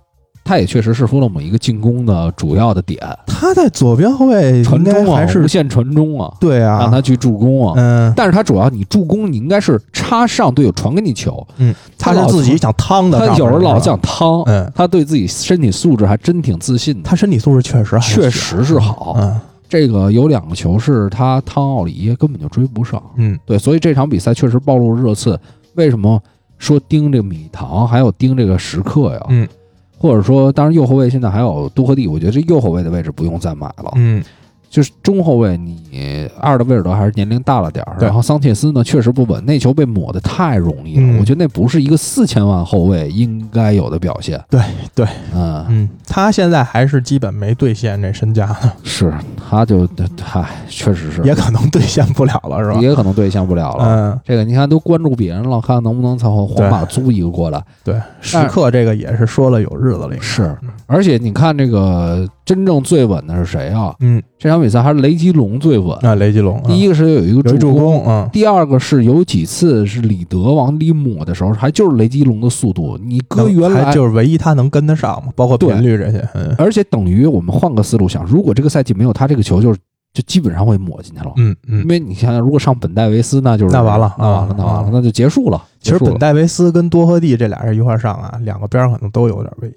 他也确实是弗洛姆一个进攻的主要的点，他在左边后卫应传该中啊，还是无限传中啊，对让他啊，去助攻啊。嗯，但是他主要你助攻，你应该是插上队友传给你球，嗯，他他是老自己想趟的他上面，有时候老是吧想趟，嗯他对自己身体素质还真挺自信的，他身体素质确实还确行实是好。嗯这个有两个球是他汤奥里耶根本就追不上，嗯对，所以这场比赛确实暴露热刺为什么说盯这个米唐，还有盯这个时刻呀，嗯，或者说，当然右后卫现在还有多赫蒂，我觉得这右后卫的位置不用再买了，嗯，就是中后卫你阿尔德威尔德还是年龄大了点儿，对然后桑切斯呢确实不稳，那球被抹的太容易了，嗯我觉得那不是一个四千万后卫应该有的表现，对对，嗯，嗯，他现在还是基本没兑现这身价呢，是，他就嗨，确实是，也可能兑现不了了，是吧？也可能兑现不了了。嗯，这个你看都关注别人了，看看能不能从皇马租一个过来。对，时刻这个也是说了有日子了，应该是，而且你看这个真正最稳的是谁啊？嗯，这场比赛还是雷吉隆最稳。那雷吉隆，第嗯一个是有一个有一助攻，攻，嗯，第二个是有几次是里德往里抹的时候，还就是雷吉隆的速度。你搁能原还来，就是唯一他能跟得上嘛，包括对频率这些，嗯而且等于我们换个思路想，如果这个赛季没有他这个球，就是就基本上会抹进去了。嗯因嗯。为你想想，如果上本戴维斯，那就是那完了那完了，啊那完了啊，那就结束了。其实结束本了戴维斯跟多赫蒂这俩人一块儿上啊，两个边儿可能都有点危险，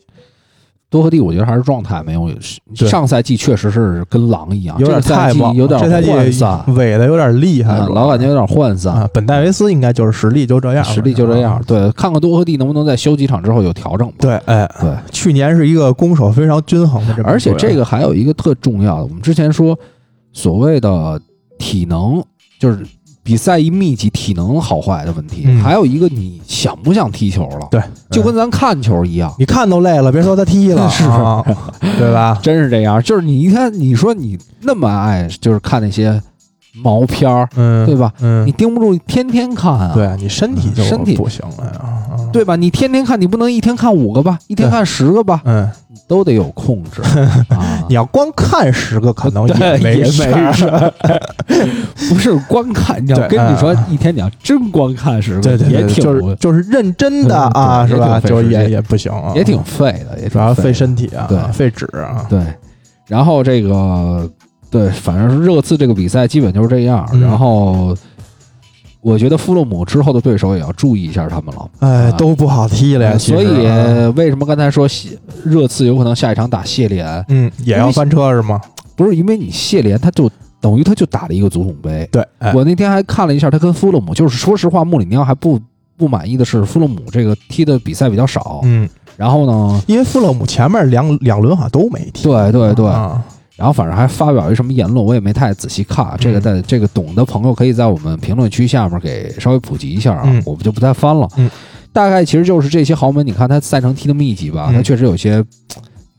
多和蒂，我觉得还是状态没有对上赛季确实是跟狼一样，有点啊这个赛太季猛了，有点这赛季涣散，尾的有点厉害啊，主要老感觉有点涣是散，啊。本戴维斯应该就是实力就这样，啊实力就这样。。对，看看多和蒂能不能在休几场之后有调整吧。对，哎，对，去年是一个攻守非常均衡的这么一个队，而且这个还有一个特重要的，我们之前说所谓的体能，就是比赛一密集，体能好坏的问题，嗯还有一个你想不想踢球了，对，就跟咱看球一样。你看都累了，别说他踢了， *laughs* 是啊对吧？真是这样，就是你一看，你说你那么爱，就是看那些毛片儿，嗯，对吧？嗯你，盯不住，天天看啊，对你身体就身体不行了呀，啊对吧？你天天看，你不能一天看五个吧，一天看十个吧，嗯，都得有控 *laughs* 制啊你。要光看十个，可能对没也事儿没事儿， *laughs* 不是光看，你要对跟你说啊，一天你要真光看十对个，对对，也对挺就是就是认真的嗯对啊，也是挺吧？费就时也间也不行啊，也挺费的，也主要挺费费的。身体啊，对费纸啊，对，然后这个对，反正是热刺这个比赛基本就是这样。嗯然后我觉得富勒姆之后的对手也要注意一下他们了。哎，啊都不好踢了呀，其实所以啊为什么刚才说谢热刺有可能下一场打谢联？嗯，也要翻车是吗？不是因为你谢联，他就等于他就打了一个足总杯。对，哎我那天还看了一下，他跟富勒姆，就是说实话，穆里尼奥还不不满意的是富勒姆这个踢的比赛比较少。嗯，然后呢，因为富勒姆前面两两轮好像都没踢，对对对，啊然后反正还发表一什么言论，我也没太仔细看啊。这嗯个在这个懂的朋友可以在我们评论区下面给稍微普及一下啊，嗯我们就不再翻了。嗯大概其实就是这些豪门，你看他赛程踢的密集吧，嗯他确实有些嘖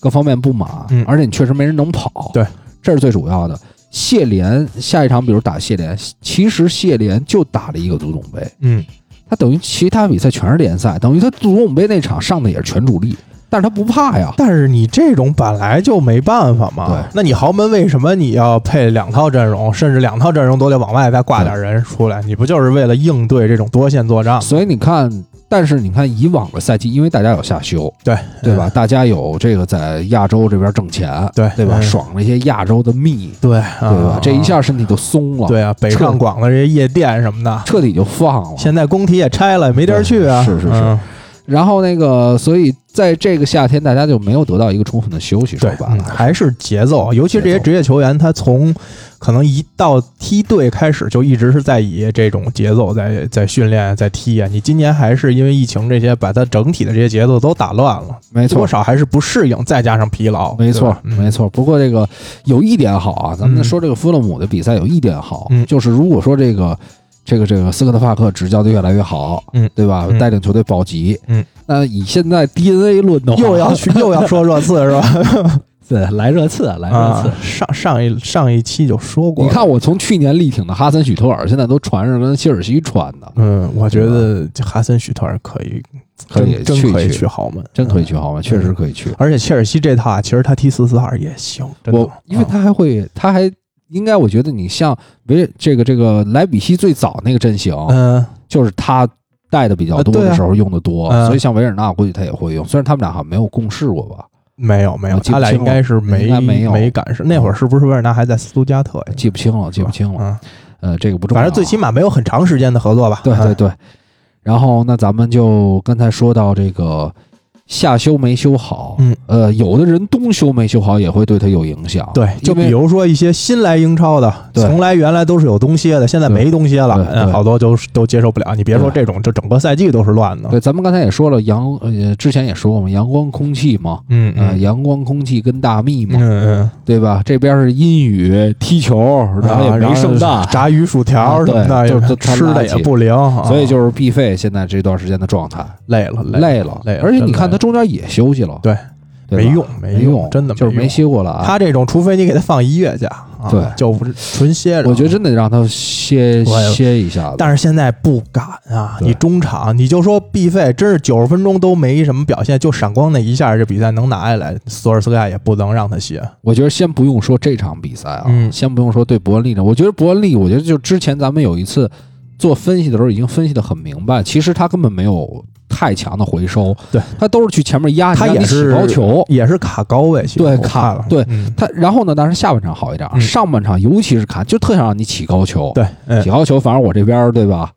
各方面不满，嗯而且你确实没人能跑，对，这是最主要的。谢联下一场，比如打谢联，其实谢联就打了一个足总杯，嗯，他等于其他比赛全是联赛，等于他足总杯那场上的也是全主力，但是他不怕呀，但是你这种本来就没办法嘛，对那你豪门为什么你要配两套阵容，甚至两套阵容都得往外再挂点人出来？你不就是为了应对这种多线作战吗？所以你看，但是你看以往的赛季，因为大家有下休，对嗯对吧？？大家有这个在亚洲这边挣钱，对对吧？嗯爽了一些亚洲的蜜，对对吧啊？这一下身体就松了，对啊，北上广的这些夜店什么的，彻底就放了。现在工体也拆了，没地儿去啊。对是是是嗯然后那个，所以在这个夏天，大家就没有得到一个充分的休息，说对，白嗯了。还是节奏，尤其这些节奏职业球员，他从可能一到梯队开始就一直是在以这种节奏在在训练在踢啊。你今年还是因为疫情这些，把他整体的这些节奏都打乱了，没多错，少还是不适应，再加上疲劳，嗯没错，对吧没，错。不过这个有一点好啊，咱嗯们说这个弗洛姆的比赛有一点好嗯，就是如果说这个这个这个斯科特帕克执教的越来越好，嗯对吧嗯？带领球队保级，嗯，那以现在 DNA 论的话，又 *laughs* 要去又要说热刺是吧？对来热刺，来热啊刺。，上上一上一期就说过，你看，。我从去年力挺的哈森许特尔，现在都传上跟切尔西传的，嗯，我觉得这哈森许特尔可以，可以真真去可以一去去，豪门，嗯真可以去豪门，确实可以去。而且切尔西这套啊，其实他踢四四二也行，嗯真的我因为啊他还会，他还应该，我觉得你像维这个这个莱比锡最早那个阵型，嗯就是他带的比较多啊对啊的时候用的多嗯，所以像维尔纳估计他也会用，虽然他们俩好像没有共事过吧，没有没有，我记不他俩清应该是没应该没有赶上。那会儿是不是维尔纳还在斯图加特呀？记不清了，记不清了，嗯，呃，这个不重要，反正最起码没啊有很长时间的合作吧。对对嗯对。然后那咱们就刚才说到这个下修没修好，嗯，呃，有的人冬修没修好也会对他有影响。对，就因为比如说一些新来英超的，对从来原来都是有东歇的，现在没东歇了对，对嗯好多都都接受不了。你别说对这种，这整个赛季都是乱的。对，咱们刚才也说了，阳呃，之前也说过嘛，阳光空气嘛，嗯啊、嗯阳光空气跟大蜜嘛，嗯对吧？这边是阴雨踢球，嗯，然后也啊没圣 *laughs* 然诞后，炸鱼薯条什么啊的，对就也就太吃的垃圾也不灵，啊所以就是必费现在这段时间的状态，累了累了了，累了而且你真看累他中间也休息了，对对吧，没用没用，真的就是没用。歇过了啊。他这种，除非你给他放一月假，啊对就不是纯歇着。我觉得真得让他歇我也歇一下子。但是现在不敢啊！对你中场你就说必费，真是九十分钟都没什么表现，就闪光那一下，这比赛能拿下来，索尔斯克亚也不能让他歇。我觉得先不用说这场比赛啊，嗯先不用说对伯恩利呢，我觉得伯恩利，我觉得就之前咱们有一次做分析的时候已经分析的很明白，其实他根本没有太强的回收，对他都是去前面压你，他让也你起是高球，也是卡高位，其实对我看卡了对嗯他然后呢，当然下半场好一点，嗯上半场尤其是卡，就特想让你起高球，对，嗯起高球，反正我这边儿对吧，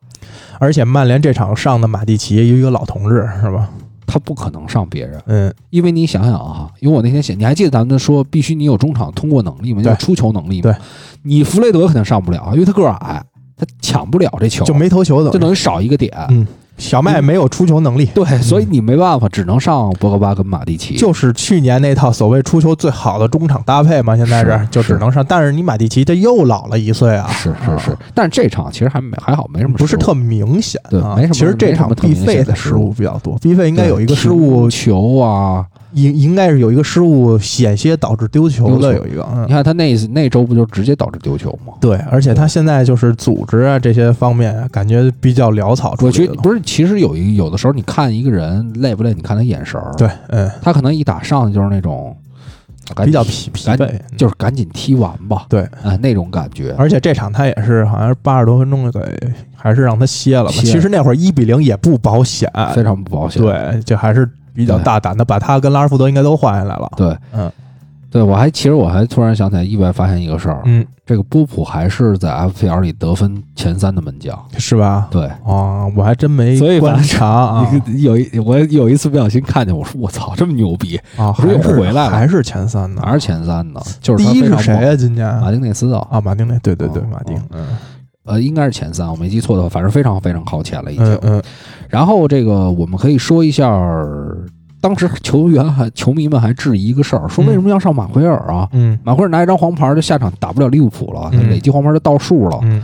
而且曼联这场上的马蒂奇，一个老同志是吧？他不可能上别人，嗯，因为你想想啊，因为我那天写，你还记得咱们说必须你有中场通过能力吗？对就是出球能力吗？对，你弗雷德肯定上不了，啊因为他个儿矮，他抢不了这球，就没头球就等于等于少一个点。嗯小麦没有出球能力。对，所以你没办法，只能上博格巴跟马蒂奇。就是去年那套所谓出球最好的中场搭配嘛，现在是是就是只能上，但是你马蒂奇他又老了一岁啊，是是是啊，但是这场其实还没还好，没什么不是失误特明显，对啊没什么其实这场没什么特必明显的费的失误比较多，必费应该有一个对失误停，嗯球啊。应应该是有一个失误险些导致丢球的丢球有一个，嗯你，看他那那周不就直接导致丢球吗？对，而且他现在就是组织啊这些方面啊感觉比较潦草处我理觉的得东西，不是，其实有一有的时候你看一个人累不累，你看他眼神儿，对，嗯，他可能一打上来就是那种赶紧比较疲疲赶紧惫，嗯就是赶紧踢完吧，对啊、那种感觉。而且这场他也是，好像是八十多分钟给，还是让他歇了吧。歇了其实那会儿一比零也不保险，非常不保险。对，这还是比较大胆的，把他跟拉什福德应该都换下来了。对，嗯对我还其实我还突然想起来，意外发现一个事儿，嗯，这个波普还是在 FPL 里得分前三的门将。是吧？对，哦，我还真没所以吧观察 *laughs* 啊，有一我有一次不小心看见，我说我操，这么牛逼，啊，不是还是又回来了还是前三呢？哪是前三呢？就是第他一非是常谁猛啊？今年马丁内斯啊，啊，马丁那，对对对，哦马丁，嗯呃，应该是前三，我没记错的话，反正非常非常靠前了已经。嗯嗯，然后这个我们可以说一下儿，当时球员还球迷们还质疑一个事儿，说为什么要上马奎尔啊？嗯马奎尔拿一张黄牌就下场打不了利物浦了，嗯累积黄牌就到数了。嗯，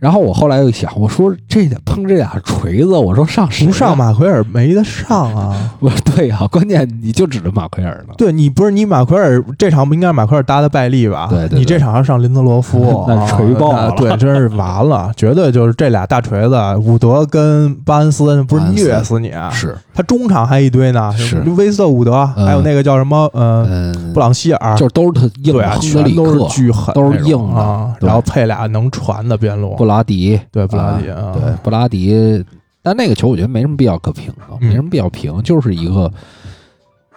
然后我后来又想，我说这得碰这俩锤子，我说上谁、不上？马奎尔没得 *laughs* 上啊。我说对呀、关键你就指着马奎尔呢。对你不是你马奎尔这场不应该是马奎尔搭的拜利吧？对对对，你这场要上林德罗夫 *laughs* 那是锤爆了啊那对，真是完了，绝对就是这俩大锤子，伍德跟巴恩斯，不是巴恩斯虐死你啊！是，他中场还一堆呢，是威斯特伍德，还有那个叫什么呃嗯，布朗希尔，就是都是他硬对的啊，亨德全里都克是、巨狠那都种，是硬的啊，对然后配俩能传的边路布，拉迪，对布拉迪啊啊，对布拉迪。但那个球我觉得没什么必要可评啊，嗯没什么必要评，就是一个，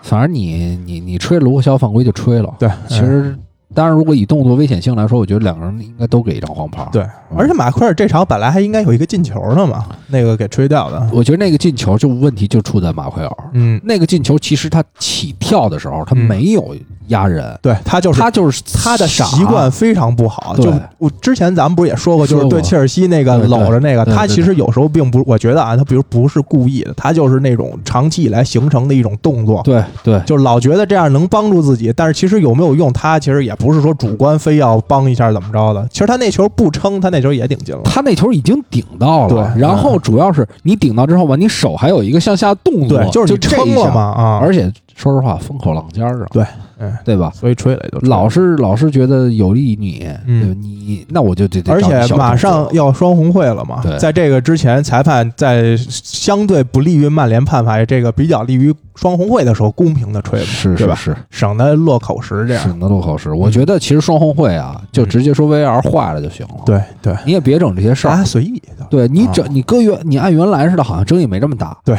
反正你你你吹卢克肖犯规就吹了。对，嗯其实，当然如果以动作危险性来说，我觉得两个人应该都给一张黄牌。对，而且马奎尔这场本来还应该有一个进球呢嘛，那个给吹掉的，我觉得那个进球就问题就出在马奎尔，嗯，那个进球其实他起跳的时候他嗯没有压人，对他就是他就是他的傻习惯非常不好。对就我之前咱们不是也说过，就是说过对切尔西那个对对搂着那个，对对他其实有时候并不，我觉得啊，他比如不是故意的，他就是那种长期以来形成的一种动作。对对就老觉得这样能帮助自己，但是其实有没有用，他其实也不是说主观非要帮一下怎么着的。其实他那球不撑，他那球也顶进了。他那球已经顶到了，对然后主要是你顶到之后吧，你手还有一个向下动作，对，就是你这一撑了下嘛。啊，而且说实话，风口浪尖儿啊，对，嗯，对吧？所以吹了也就吹了老是老是觉得有利于你，嗯对吧你那我就得得而找你且小马动作上要双红会了嘛对，在这个之前，裁判在相对不利于曼联判罚这个比较利于双红会的时候，公平的吹嘛，是对是吧？是省得落口实这是样。嗯的路口是，我觉得其实双红会啊，就直接说 VR 坏了就行了，，对对，你也别整这些事大儿家，随意的。对你啊整你搁原你按原来似的，好像争议没这么大，对。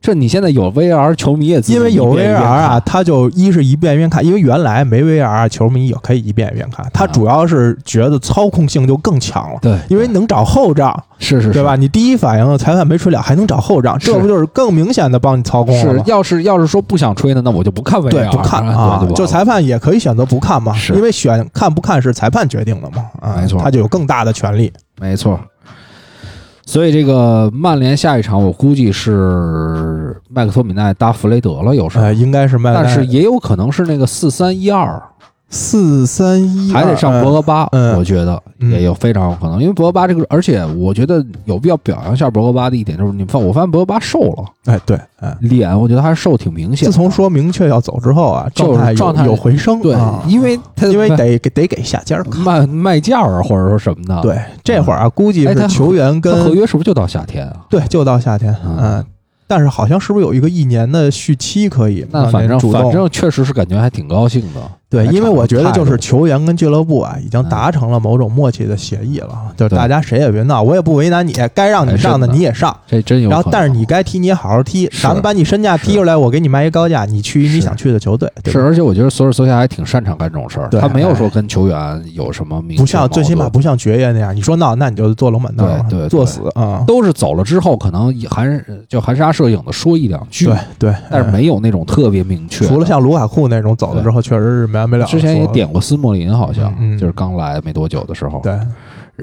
这你现在有 VR，球迷也自己因为有一 VR 遍一遍啊，看，他就一是一遍一遍看，因为原来没 VR，球迷也可以一遍一遍看。啊他主要是觉得操控性就更强了，对，因为能找后账，是是对？吧？你第一反应裁判没吹了，还能找后账，这是不就是更明显的帮你操控了是吗？，要是要是说不想吹呢，那我就不看 VR，对，不看啊对对，吧就裁判也可以选择不看嘛，是因为选看不看是裁判决定的嘛，啊，没错他就有更大的权利。没错。所以这个曼联下一场，我估计是麦克托米奈搭弗雷德了，有时候，呃，应该是曼，但是也有可能是那个四三一二，四三一还得上博格巴，嗯我觉得嗯也有非常有可能，因为博格巴这个，而且我觉得有必要表扬一下博格巴的一点就是，你们发我发现博格巴瘦了，哎，对，哎，脸我觉得还是瘦挺明显自的。从说明确要走之后啊，就是态有状态有回升，对啊，因为他因为得给得给下家看。卖卖价啊，或者说什么的，，对，这会儿啊，估计哎他是球员他合跟约是不是就到夏天啊？对，就到夏天，嗯嗯，但是好像是不是有一个一年的续期可以？那让反您正主动反正确实是感觉还挺高兴的，对，还因为我差觉不多得就是态度球员跟俱乐部啊，已经达成了某种默契的协议了，啊就是对大家谁也别闹，我也不为难你，该让你哎上的真的你也上，这真有可能。然后但是你该踢你也好好踢，是咱们把你身价踢出来，我给你卖一高价，你去你是想去的球队，对是，吧？而且我觉得索尔斯克亚还挺擅长干这种事儿，对哎他没有说跟球员有什么明不确像矛最起码盾不像爵爷那样，你说闹，那你就坐龙板凳对了对对坐死啊！都是走了之后，可能也含就含沙射影的说一两句，对对，哎但是没有那种特别明确的。除了像卢卡库那种走了之后，确实是没完没了。之前也，点过斯莫林，好像、嗯嗯就是刚来没多久的时候。对，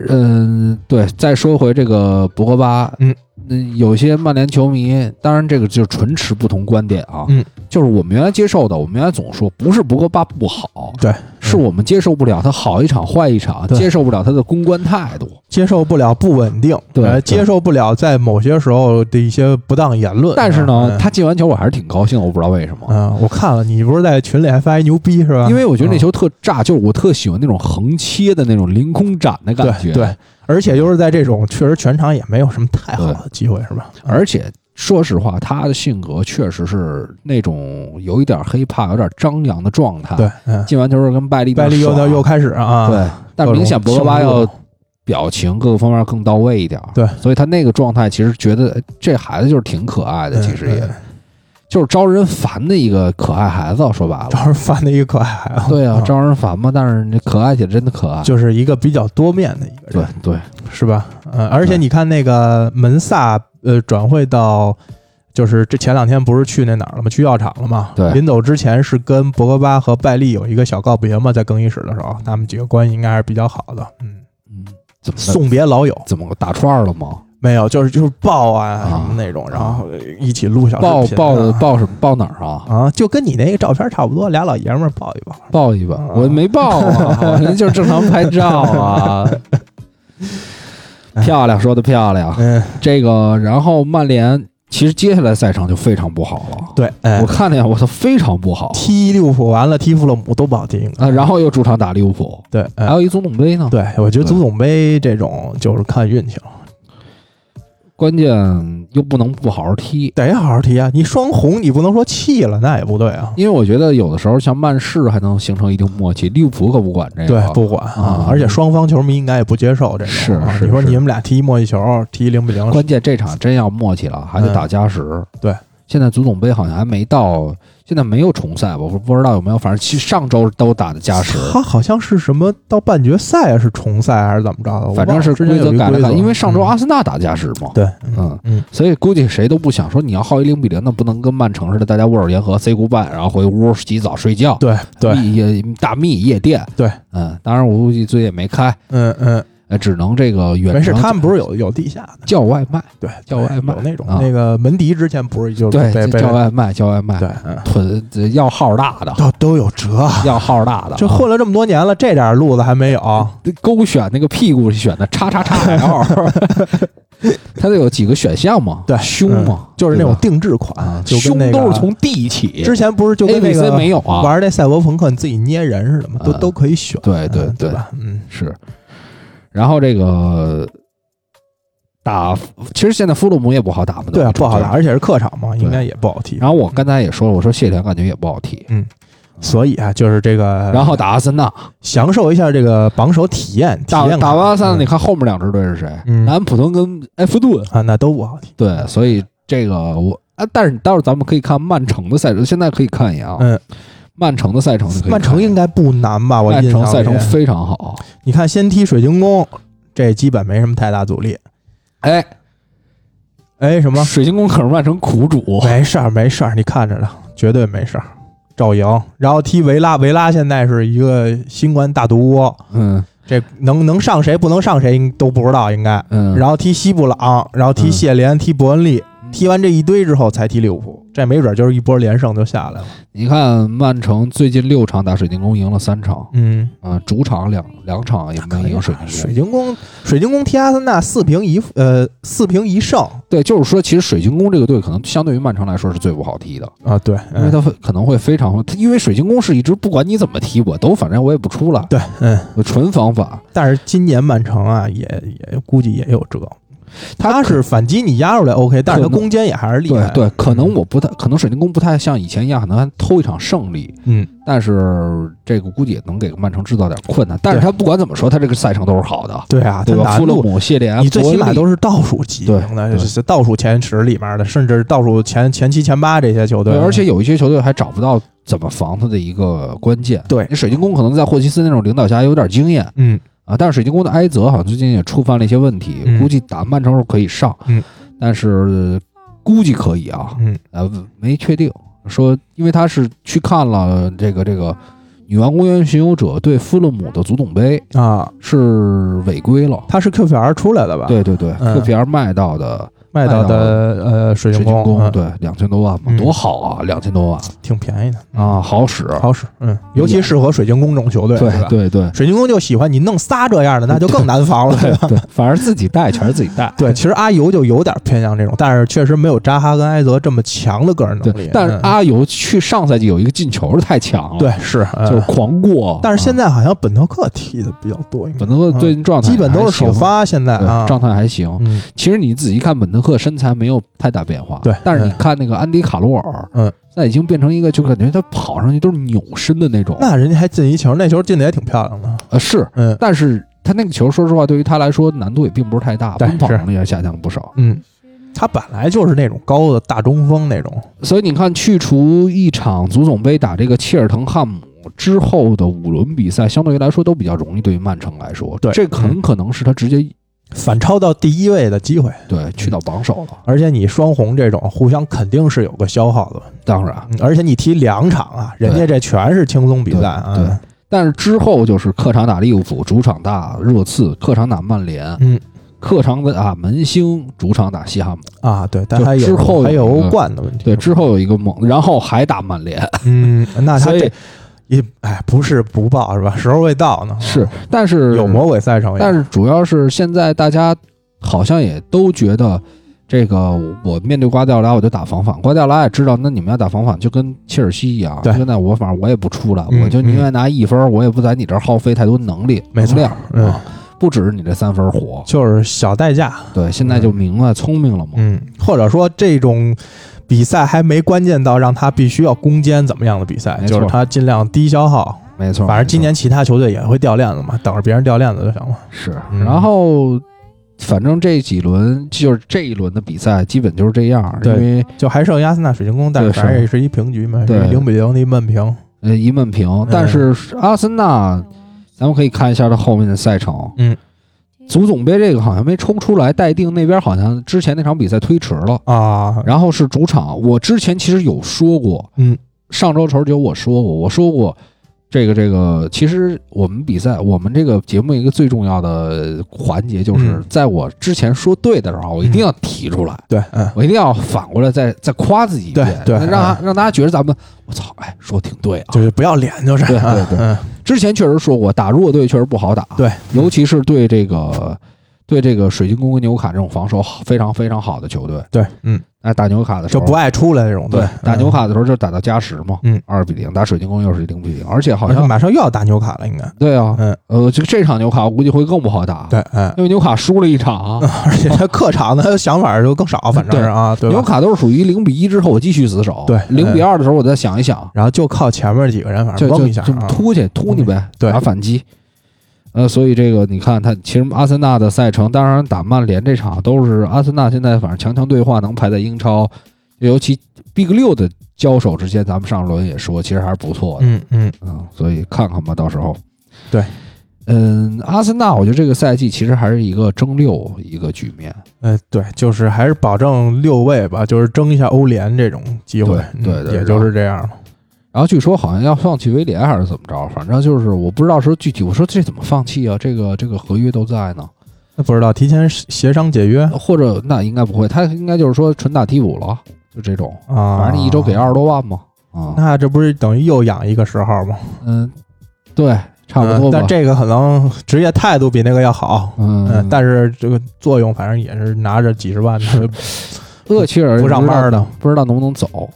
嗯，对。再说回这个博格巴，嗯嗯，有些曼联球迷，当然这个就是纯持不同观点啊。嗯，就是我们原来接受的，我们原来总说不是博格巴不好，对，是我们接受不了他好一场坏一场，对嗯接受不了他的公关态度。接受不了不稳定，对呃对接受不了在某些时候的一些不当言论。但是呢，嗯他进完球我还是挺高兴的，我不知道为什么。嗯，我看了，你不是在群里还发一牛逼是吧？因为我觉得那嗯球特炸，就是我特喜欢那种横切的那种凌空斩的感觉。对对，而且又是在这种确实全场也没有什么太好的机会是吧？嗯而且说实话，他的性格确实是那种有一点黑怕、有点张扬的状态。，对，嗯，进完球之后跟拜利拜利又到到又开始啊，对，但各种明显博格巴庆祝要表情各个方面更到位一点。对所以他那个状态其实觉得哎这孩子就是挺可爱的，嗯其实嗯也就是招人烦的一个可爱孩子。说白了，招人烦的一个可爱孩子，对啊，嗯招人烦嘛，但是那可爱起来真的可爱。就是一个比较多面的一个人对，对，是吧？嗯，而且对你看那个门萨，呃，转会到就是这前两天不是去那哪儿了吗？去药厂了吗？对临走之前是跟博格巴和拜利有一个小告别嘛，在更衣室的时候，他们几个关系应该还是比较好的。嗯，嗯，怎么送别老友怎么打串儿了吗？没有，就是就是抱啊啊什么那种，然后一起录小抱视频啊抱抱什么？抱哪儿啊？啊，就跟你那个照片差不多，俩老爷们儿抱一 *laughs* 抱。抱一把啊，我没抱 *laughs* 啊，我那就是正常拍照啊。漂亮，说的漂亮。嗯，这个，然后曼联其实接下来赛程就非常不好了。对，哎我看了一眼，我操，非常不好踢利物浦完了，踢弗洛姆都不好踢。啊！然后又主场打利物浦，对，哎还有一足总杯呢。对，我觉得嗯对足总杯这种就是看运气了。关键又不能不好好踢，得好好踢啊！你双红，你不能说气了，那也不对啊。因为我觉得有的时候像曼市还能形成一定默契，利物浦可不管这个。对，不管啊啊，而且双方球迷应该也不接受这种。是啊是你说是你们俩踢默契球，踢零比零，关键这场真要默契了，还得打加时。对，现在足总杯好像还没到，现在没有重赛吧？我不知道有没有，反正其实上周都打的加时，他好像是什么到半决赛啊是重赛还是怎么着的？我反忘正了是之规前有则一改了规改，则，因为上周嗯阿森纳打加时嘛。对，嗯嗯，所以估计谁都不想说你要耗一零比零，那不能跟曼城似的，大家握手言和，say goodbye，然后回屋洗澡睡觉，对对，密夜大密夜店，对，嗯，当然我估计最近也没开，嗯嗯，呃，只能这个远没事，程他们不是有有地下的，叫外卖，对，叫外卖有那种啊那个门迪之前不是就是对，被被叫外卖，叫外卖，对，嗯，囤要号大的，都都有辙。要号大的，这混了这么多年了，这点路子还没嗯有，勾选那个屁股选的叉叉叉 L，它得有几个选项嘛？对嗯胸嘛，就是那种对吧定制款啊，，就跟胸那个都是从 D 起，之前不是就 A 跟那 B 个 C 没有啊？玩那赛博朋克你自己捏人似的嘛，都嗯都可以选。对对嗯对对吧？嗯，是，然后这个打，其实现在弗洛姆也不好打嘛，对啊，吧不好打，。而且是客场嘛，应该也不好踢。然后我刚才也说了，我说谢良感觉也不好踢，所以啊，就是这个，然后打阿森纳，享受一下这个这个榜首体验，体打验打完阿森纳，嗯你看后面两支队是谁？嗯南安普敦跟埃弗顿，啊，那都不好踢。对，所以这个我啊，但是你到时候咱们可以看曼城的赛程，现在可以看一眼啊。嗯，曼城的赛程是可以看一眼，曼城应该不难吧？我曼印象城里赛程非常好。你看先踢水晶宫，这基本没什么太大阻力。哎，哎，什么？水晶宫可是曼城苦主，没事儿，没事儿，你看着呢，绝对没事儿，照赢。然后踢维拉，维拉现在是一个新冠大毒窝，嗯这能能上谁不能上谁应都不知道，应该。嗯，然后踢西布朗，然后踢谢联，踢伯恩利，踢完这一堆之后才踢利物浦，这没准就是一波连胜就下来了。你看曼城最近六场打水晶宫赢了三场，嗯，哎啊，主场两两场也没赢水晶宫水。晶宫，水晶宫踢阿森纳四平一负呃四平一胜对，就是说，其实水晶宫这个队可能相对于曼城来说是最不好踢的，啊，对，因为他会可能会非常，他因为水晶宫是一支不管你怎么踢，我都反正我也不出了，对，嗯，纯防法。但是今年曼城啊，也也估计也有辙。他是反击你压出来 OK，但是他可能攻坚也还是厉对害。对，可能我不太，可能水晶宫不太像以前一样，可能还偷一场胜利，嗯，但是这个估计也能给曼城制造点困难。但是对他不管怎么说，他这个赛程都是好的，对啊，他对吧？打富勒路，姆、谢联，你最起伯码恩利都是倒数几名的，对对就是倒数前十里面的，甚至倒数前前七、前八这些球队。对，而且有一些球队还找不到怎么防他的一个关键。对你水晶宫可能在霍奇斯那种领导下有点经验嗯，啊，但是水晶宫的埃泽好像最近也触犯了一些问题，嗯估计打曼城时候可以上，嗯，但是估计可以啊，嗯，呃，没确定说，因为他是去看了这个这个女王公园巡游者对富勒姆的足总杯啊，是违规了，他是 QPR 出来的吧？，对对对嗯，QPR 卖到的卖卖到到的呃水水晶晶宫，宫，嗯对，两千多万嘛，嗯多好啊，两千多万挺便宜的，啊，好使，好使。嗯，尤其适合水晶宫这种球队，是吧？对对水晶宫就喜欢你弄仨这样的，那就更难防了。对对，反正自己带全是自己带 *laughs* 。对，其实阿尤就有点偏向这种，但是确实没有扎哈跟埃泽这么强的个人能力对，。但是嗯阿尤去上赛季有一个进球是太强了，对，是，嗯就是狂过。但是现在在好像本特克踢的比较多，应该本特克最近状态基本都是首还发，现在行，啊对，，状态还行。嗯其实你仔细看本特克身材没有太大变化，对但是你嗯看那个安迪卡罗尔，嗯，那已经变成一个就感觉他跑上去都是扭身的那种，那人家还进一球，那球进的也挺漂亮的，呃是，嗯但是他那个球说实话对于他来说难度也并不是太大，对奔跑是能力也下降了不少。嗯，他本来就是那种高的大中锋那种，所以你看，去除一场足总杯打这个切尔滕汉姆之后的五轮比赛，相对于来说都比较容易，对于曼城来说，对嗯这很可能是他直接反超到第一位的机会。对去到榜首了。而且你双红这种互相肯定是有个消耗的，当然，嗯而且你踢两场啊，人家这全是轻松比赛啊，对对但是之后就是客场打利物浦，主场打热刺，客场打曼联，嗯客场打啊门兴，主场打西汉姆。啊，对，但就还有之后有还有一个欧冠的问题，对，之后有一个猛，然后还打曼联，嗯，那他所这以也哎不是不报是吧？时候未到呢，是，但是有魔鬼赛程也，但是主要是现在大家好像也都觉得，这个我面对瓜迪奥拉我就打防反，瓜迪奥拉也知道，那你们要打防反就跟切尔西一样，对就那我反正我也不出了，嗯我就宁愿拿一分，我也不在你这儿耗费太多能力没能错量嗯啊，不只是你这三分火。就是小代价，对，现在就明白聪明了嘛。嗯，或者说这种比赛还没关键到让他必须要攻坚怎么样的比赛，没错就是他尽量低消耗。没错，反正今没年其他球队也会掉链子嘛，等着别人掉链子就行了错。是，嗯然后。反正这几轮就是这一轮的比赛，基本就是这样，因对为就还剩阿森纳、水晶宫，但是对反正也是一平局嘛，对零比零的一闷平。呃一闷嗯平。但是阿森纳，咱们可以看一下他后面的赛程。嗯，足总杯这个好像没抽出来，待定那边好像之前那场比赛推迟了。啊，然后是主场，我之前其实有说过，嗯，上周球九我说过，我说过这个这个，其实我们比赛，我们这个节目一个最重要的环节就是嗯在我之前说对的时候，我一定要提出来，对，嗯，我一定要反过来再再夸自己一遍，对嗯对让他让大家觉得咱们我操，哎，说挺对啊，就是不要脸，就是 *laughs* 对对嗯对嗯之前确实说过，打弱队确实不好打，对，尤其是对这个对这个水晶宫跟纽卡这种防守好非常非常好的球队，对，嗯，哎，打纽卡的时就候不爱出来那种。嗯对打纽卡，卡的时候就打到加时嘛，嗯，二比零，打水晶宫又是零比零，而且好而且像马上又要打纽卡了，应该。对啊，嗯，呃，这这场纽卡我估计会更不好打，对，嗯，因为纽卡输了一场啊，而且他客场的想法就更少，反正是啊，对吧纽？卡都是属于零比一之后我继续死守，对嗯零比二的时候我再想一想，然后就靠前面几个人，反就正就蒙一下就啊。突去突你呗，对打反击。呃，所以这个你看，他其实阿森纳的赛程，当然打曼联这场都是阿森纳现在反正强强对话，能排在英超尤其 Big 六的交手之前，咱们上轮也说，其实还是不错的。嗯嗯，嗯，所以看看吧，到时候。对，嗯，阿森纳，我觉得这个赛季其实还是一个争六一个局面。呃，对，就是还是保证六位吧，就是争一下欧联这种机会，对对嗯对也就是这样了。然后据说好像要放弃威廉还是怎么着，反正就是我不知道说具体。我说这怎么放弃啊？这个这个合约都在呢，那不知道提前协商解约或者那应该不会，他应该就是说纯打替补了，就这种。啊，反正你一周给二十多万嘛，啊，那这不是等于又养一个十号吗？嗯，对，差不嗯多吧但。这个可能职业态度比那个要好。嗯嗯，，但是这个作用反正也是拿着几十万的，厄齐尔不上班的，不知道能不能走。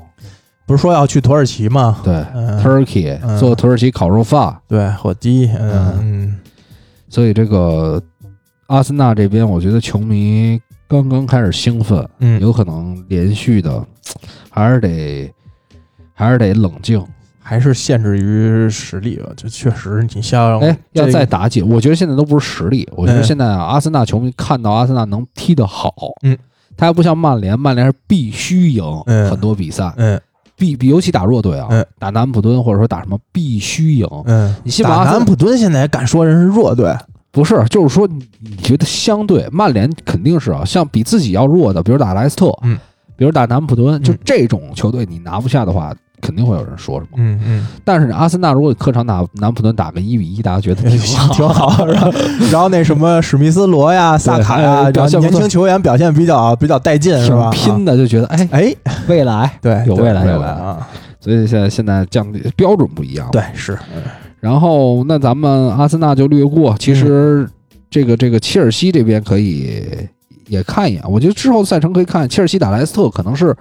不是说要去土耳其吗？对嗯， ，Turkey 做土耳其烤肉饭，对，火鸡，嗯所以这个阿森纳这边，我觉得球迷刚刚开始兴奋，嗯嗯，有可能连续的，还是得还是得冷静。还是限制于实力吧，就确实你像哎，要这再打几，我觉得现在都不是实力，我觉得嗯现在啊，阿森纳球迷看到阿森纳能踢得好，嗯，他还不像曼联，曼联是必须赢嗯很多比赛，嗯必必尤其打弱队啊，嗯打南普敦或者说打什么必须赢。嗯，你信吗？打阿南森普敦现在敢说人是弱队，不是，就是说你你觉得相对曼联肯定是啊，像比自己要弱的，比如打莱斯特，嗯，比如打南普敦，就嗯这种球队你拿不下的话，肯定会有人说什么。嗯嗯，但是阿森纳如果客场打南普敦打个一比一，大家觉 *laughs* 得挺好。*laughs* 挺好。然后然后那什么史密斯罗呀、萨卡哎呀，表然后现不年错轻球员表现比较比较带劲，是吧？挺拼的，就觉得哎，啊，哎，未来，对，有对未来有未来啊，所以现在现在降低标准不一样。，对，是，然后那咱们阿森纳就略过。其实这个这个切尔西这边可以也看一眼，我觉得之后赛程可以看切尔西打莱斯特，可能是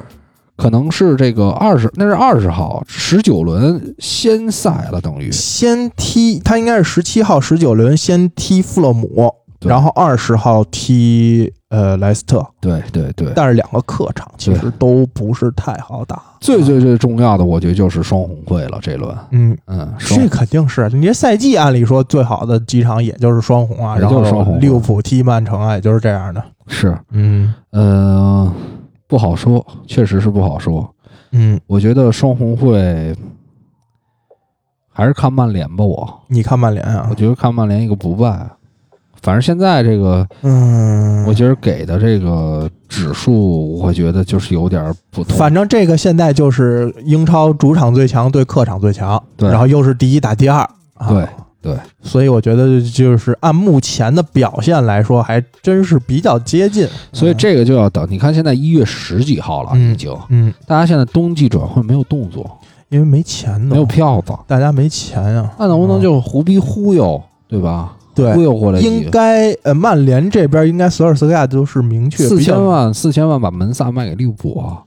可能是这个二十，那是二十号十九轮先赛了，等于先踢他应该是十七号、十九轮先踢富勒姆，对然后二十号踢呃莱斯特，对对对。但是两个客场其对实都不是太好打。啊最最最重要的，我觉得就是双红会了这轮，嗯，嗯，双这肯定是你这赛季按理说最好的几场也就是双红啊，也然就是后双红利物浦踢曼城啊，也就是这样的。是，嗯嗯，不好说，确实是不好说。嗯，我觉得双红会还是看曼联吧我，我你看曼联啊，觉得看曼联一个不败。反正现在这个，嗯，我觉得给的这个指数，我觉得就是有点不同。反正这个现在就是英超主场最强对客场最强，对然后又是第一打第二，啊、对对，所以我觉得就是按目前的表现来说，还真是比较接近。所以这个就要等。你看现在一月十几号了，嗯已经，嗯，大家现在冬季转会没有动作，因为没钱呢，没有票子，大家没钱啊，那能不能就胡逼忽悠，对吧？对忽悠过来一应该呃，曼联这边应该索尔斯克亚都是明确四千，万，四千万把门萨卖给利物浦啊！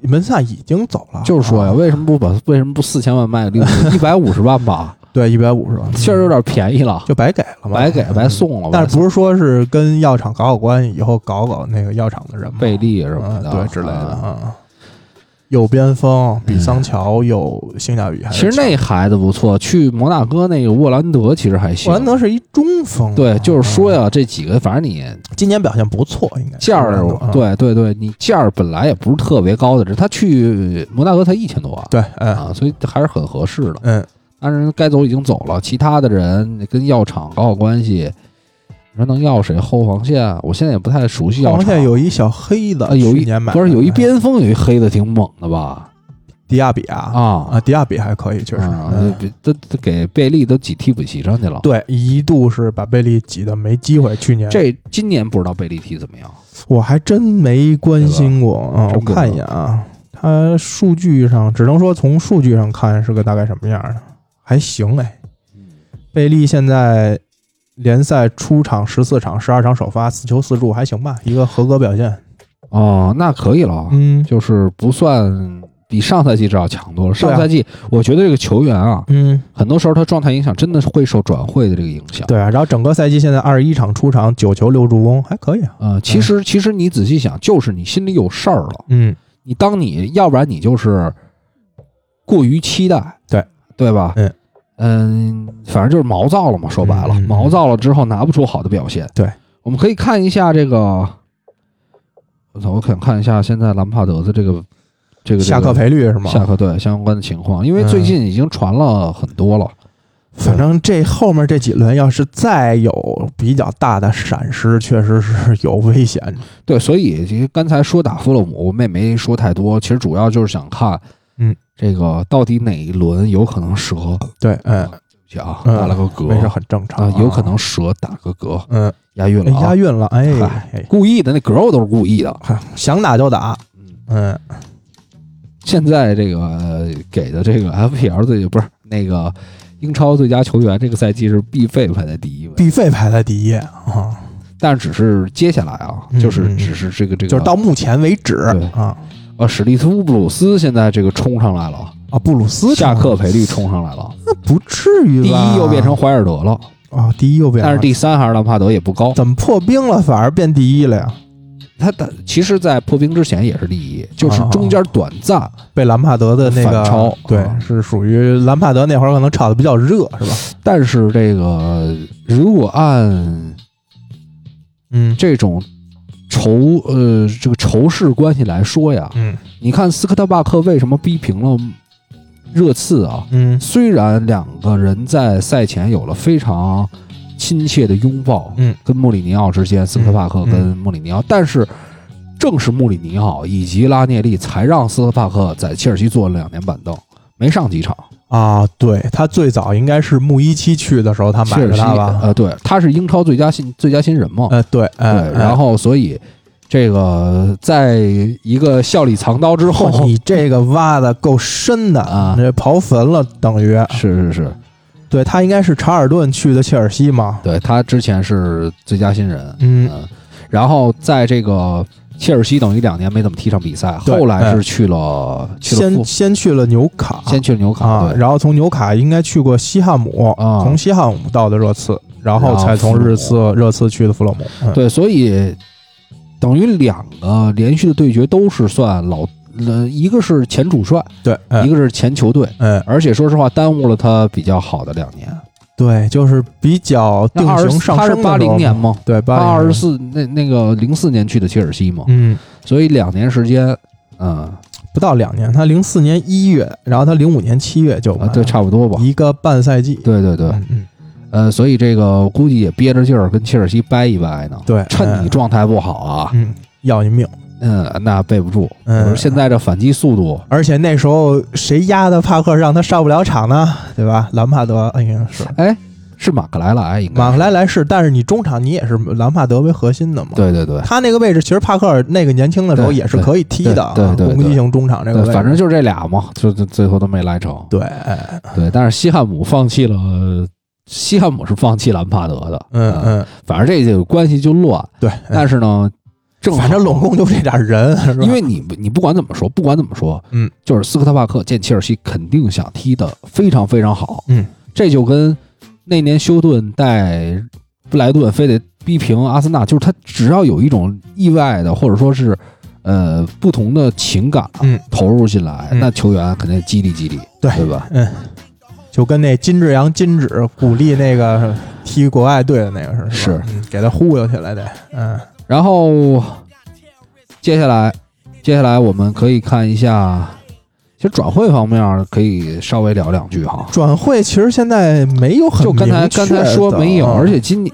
比较门萨已经走了，就是说呀，啊为什么不把为什么不四千万卖给利物 *laughs* 浦？一百五十万吧，对一百五十万，嗯确实有点便宜了，就白给了嘛，嗯白给白送了吧。但是不是说是跟药厂搞搞关系，以后搞搞那个药厂的人吗？贝利什么嗯，的，对之类的啊。啊。有边锋，比桑乔有性价比还其是强。实那孩子不错，去摩纳哥那个沃兰德其实还行。沃兰德嗯是一中锋，对，就是说呀，呀，这几个反正你今年表现不错，应该是价儿沃兰德，啊对对对，你价儿本来也不是特别高的，这他去摩纳哥才一千多万对，嗯啊，所以还是很合适的。嗯，当然该走已经走了，其他的人跟药厂搞好关系，你说能要谁后防线？啊我现在也不太熟悉药黄厂。线有一小黑的啊，，有去一年买的不是有一边锋有一黑的挺猛的吧？迪亚比啊啊，啊，迪亚比还可以，确实，啊嗯都都给贝利都挤替补席上去了。对，一度是把贝利挤得没机会。去年这今年不知道贝利踢怎么样。我还真没关心过啊，我真不知道看一眼啊，它数据上只能说从数据上看是个大概什么样的，还行哎。嗯贝利现在联赛出场十四场，十二场首发，四球四助，还行吧，一个合格表现。哦，那可以了，嗯就是不算比上赛季至少强多了。对啊上赛季我觉得这个球员啊，嗯，很多时候他状态影响真的是会受转会的这个影响。对啊，然后整个赛季现在二十一场出场，九球六助攻，还可以啊。呃，其实其实你仔细想，就是你心里有事儿了。嗯你当你要不然你就是过于期待，对对吧？嗯嗯反正就是毛躁了嘛，说白了，嗯嗯嗯毛躁了之后拿不出好的表现。对，我们可以看一下这个，我操，我想看一下现在兰帕德的这个这个下课赔率是吗？嗯下课对相关的情况，因为最近已经传了很多了。反正这后面这几轮要是再有比较大的闪失，确实是有危险的。对，所以其实刚才说打弗洛姆，我们也没说太多，其实主要就是想看，嗯，这个到底哪一轮有可能蛇对，嗯，去啊，嗯打了个嗝，没事，很正常、啊，有可能蛇打个嗝，嗯，押韵了、啊，押韵了，哎，嗨哎故意的，那嗝我都是故意的。嗨想打就打，嗯，嗯，现在这个呃给的这个 FPL 最不是那个英超最佳球员，这个赛季是必费排在第一位，必费排在第一啊，但是只是接下来啊，嗯就是嗯只是这个这个，就是到目前为止对啊呃史蒂夫布鲁斯现在这个冲上来了，啊，布鲁斯下课赔率冲上来了，那不至于第吧？一又变成怀尔德了，啊，第一又变成，但是第三还是兰帕德也不高，怎么破冰了，反而变第一了呀？他他其实，在破冰之前也是第一，就是啊中间短暂被兰帕德的那反个超对啊，是属于兰帕德那会儿可能炒的比较热，是吧？但是这个如果按嗯这种仇呃这个仇视关系来说呀，嗯你看斯科特巴克为什么逼平了热刺啊？嗯虽然两个人在赛前有了非常亲切的拥抱，嗯，跟穆里尼奥之间，斯科特巴克跟穆里尼奥，但是正是穆里尼奥以及拉涅利才让斯科特巴克在切尔西坐了两年板凳，没上几场。啊，对他最早应该是穆一期去的时候他买切尔的西他吧？呃，对，他是英超最佳新最佳新人嘛，呃，对，对，嗯，哎然后所以这个在一个笑里藏刀之后后， *laughs* 你这个挖的够深的啊你这刨坟了等于。 *laughs* 是是是，对他应该是查尔顿去的切尔西嘛？对呃他之前是最佳新人，嗯然后在这个切尔西等于两年没怎么踢上比赛，对嗯后来是去了去了先富，先去了纽卡，先去了纽卡，啊，对，然后从纽卡应该去过西汉姆，啊从西汉姆到的热刺，然后才从热刺热刺去的弗洛姆。嗯，对，所以等于两个连续的对决都是算老，呃，一个是前主帅，对，一嗯个是前球队，嗯，而且说实话耽误了他比较好的两年，对，就是比较定那二型十上他是升的八时零候年嘛，吗？对，他八二十，四那那个零四年去的切尔西嘛，嗯，所以两年时间，嗯不到两年，他零四年一月，然后他零五年七月就啊买，对，差不多吧，一个半赛季，对对对，嗯嗯，呃，所以这个估计也憋着劲儿跟切尔西掰一掰呢。对趁你状态不好啊，嗯，要你命。嗯，那备不住。嗯我说现在这反击速度，而且那时候谁压的帕克让他上不了场呢？对吧？兰帕德哎呀是哎，是马克莱莱应该。马克莱莱是，但是你中场你也是兰帕德为核心的嘛？，对对对他那个位置其实帕克尔那个年轻的时候对也是可以踢的啊，对对对对攻击型中场这个位对，置，反正就是这俩嘛，就就最后都没来成。对，哎对，但是西汉姆放弃了，西汉姆是放弃兰帕德的。嗯呃，嗯，反正这就关系就乱。对，但是呢，正好反正拢共就这点人，是吧因为你你不管怎么说，不管怎么说，嗯，就是斯科特帕克见切尔西肯定想踢的非常非常好，嗯，这就跟那年休顿带布莱顿非得逼平阿森纳，就是他只要有一种意外的或者说是呃不同的情感、嗯投入进来，嗯那球员肯定激励激励，对对吧？嗯，就跟那金志扬金指鼓励那个踢国外队的那个是吧是嗯，给他忽悠起来得，嗯然后接下来接下来我们可以看一下。其实转会方面可以稍微聊两句哈，转会其实现在没有很就刚才明确刚才说的没有，啊而且今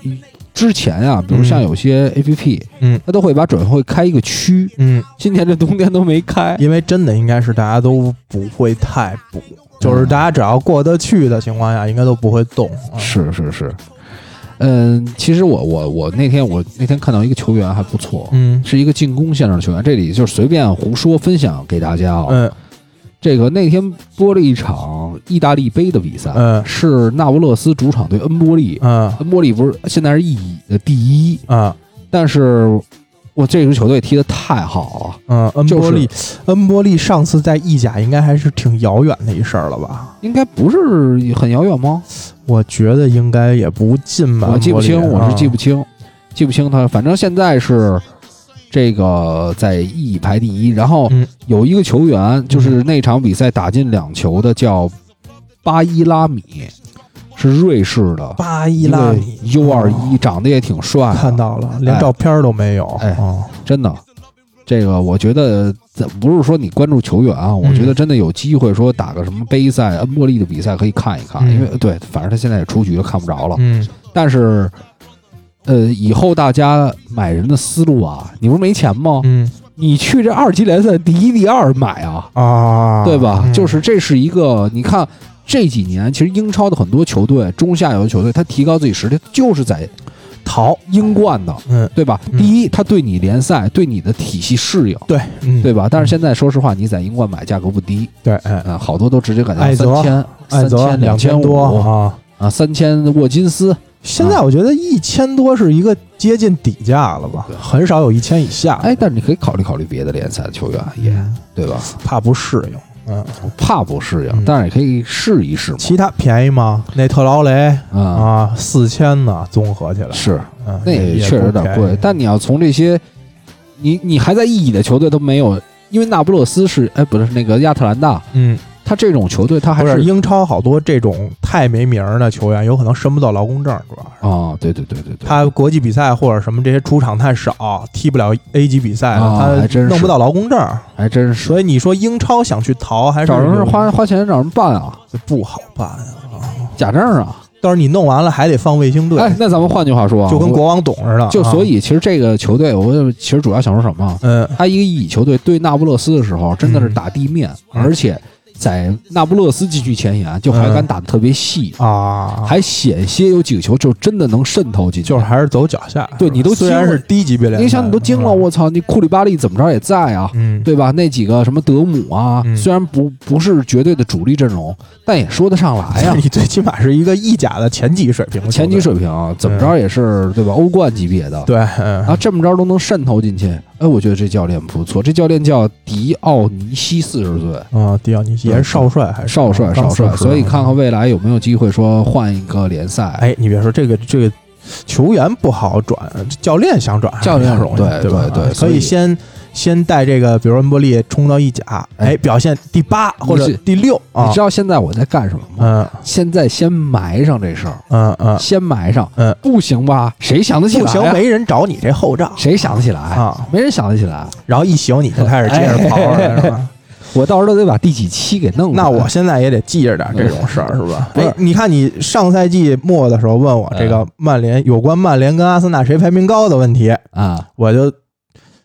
之前啊，比如像有些 A P P，嗯它都会把转会开一个区，嗯，今年这冬天都没开。因为真的应该是大家都不会太补，就是大家只要过得去的情况下，应该都不会动。啊是是是，嗯，其实我我我那天我那天看到一个球员还不错，嗯是一个进攻线上的球员，这里就是随便胡说分享给大家啊、嗯这个那天播了一场意大利杯的比赛，嗯是那不勒斯主场对恩波利，嗯恩波利不是现在是一呃第一，啊但是我这支球队踢得太好啊了。嗯，恩就是波利，恩波利上次在意甲应该还是挺遥远的一事儿了吧？应该不是很遥远吗？我觉得应该也不近吧。我记不清，恩波利我是啊记不清，记不清他。反正现在是这个在意乙排第一，然后嗯有一个球员就是那场比赛打进两球的，叫巴伊拉米，是瑞士的巴伊拉米哦 U 二一，长得也挺帅的，看到了，连啊哎照片都没有。哎哦真的。这个我觉得咱不是说你关注球员啊，嗯我觉得真的有机会说打个什么杯赛、恩波利的比赛可以看一看，嗯因为对，反正他现在也出局了，看不着了。嗯，但是，呃，以后大家买人的思路啊，你不是没钱吗？嗯你去这二级联赛第一、第二买啊，啊，对吧？嗯就是这是一个，你看这几年其实英超的很多球队，中下游的球队，他提高自己实力就是在淘英冠的，嗯，对吧？嗯第一，他对你联赛、对你的体系适应。对，嗯对吧？但是现在说实话，你在英冠买价格不低对，哎，啊，好多都直接感觉艾泽三千、艾三泽千、两千多五啊。啊，三千沃金斯，现啊在我觉得一千多是一个接近底价了吧，很少有一千以下。哎，但是你可以考虑考虑别的联赛的球员，也嗯，对吧？怕不适应。嗯，怕不适应，嗯但是也可以试一试嘛。其他便宜吗？那特劳雷啊，啊，四千呢，综合起来，是，嗯，那也确实有点贵。但你要从这些，你你还在意乙的球队都没有，因为那不勒斯是，哎，不是那个亚特兰大，嗯，他这种球队他还不是是英超好多这种太没名儿的球员，有可能申不到劳工证，主要是啊，对对对对对，他国际比赛或者什么这些出场太少，踢不了 A 级比赛，啊还他真是弄不到劳工证。还真是所以你说英超想去逃，还是找人有花花钱找人办啊，不好办啊。假证啊。到时候你弄完了还得放卫星队，哎，那咱们换句话说啊，就跟我国王董似的。就啊所，以其实这个球队，我其实主要想说什么啊？嗯他一个乙球队对那不勒斯的时候，真的是嗯打地面，嗯而且在那不勒斯禁区前沿啊就还敢嗯打的特别细，啊，还险些有几个球就真的能渗透进去。就是还是走脚下。对你都虽然惊了是低级别联赛，你想，你都惊了，我操！你库里巴利怎么着也在啊，嗯，对吧？那几个什么德姆啊，嗯虽然不不是绝对的主力阵容，但也说得上 *laughs* 来呀、哎你最起码是一个意甲的前几水平的球队，前几水平啊怎么着也是对吧？欧冠级别的，对，嗯然后这么着都能渗透进去，哎，我觉得这教练不错。这教练叫迪奥尼西，四十岁。啊，迪奥尼西也是少啊帅，还是少帅刚少帅， 40所以看看未来有没有机会说换一个联赛。哎，你别说这个这个球员不好转，教练想转还是教练比较容易，对吧？对对可所以以先先带这个，比如恩波利冲到意甲，哎哎，表现第八或者你是第六啊你知，道现在我在干什么吗？嗯现在先埋上这事儿，嗯嗯，先埋上。嗯，不行吧？谁想得起不来、行啊？没人找你这后账，谁想得起来啊？没人想得起来。然后一醒你就开始接着跑哎了，*laughs* 是吧？我到时候都得把第几期给弄出来。 *laughs* 那我现在也得记着点这种事嗯儿，是吧？不是哎，你看你上赛季末的时候问我这个嗯曼联有关曼联跟阿森纳谁排名高的问题，啊，我就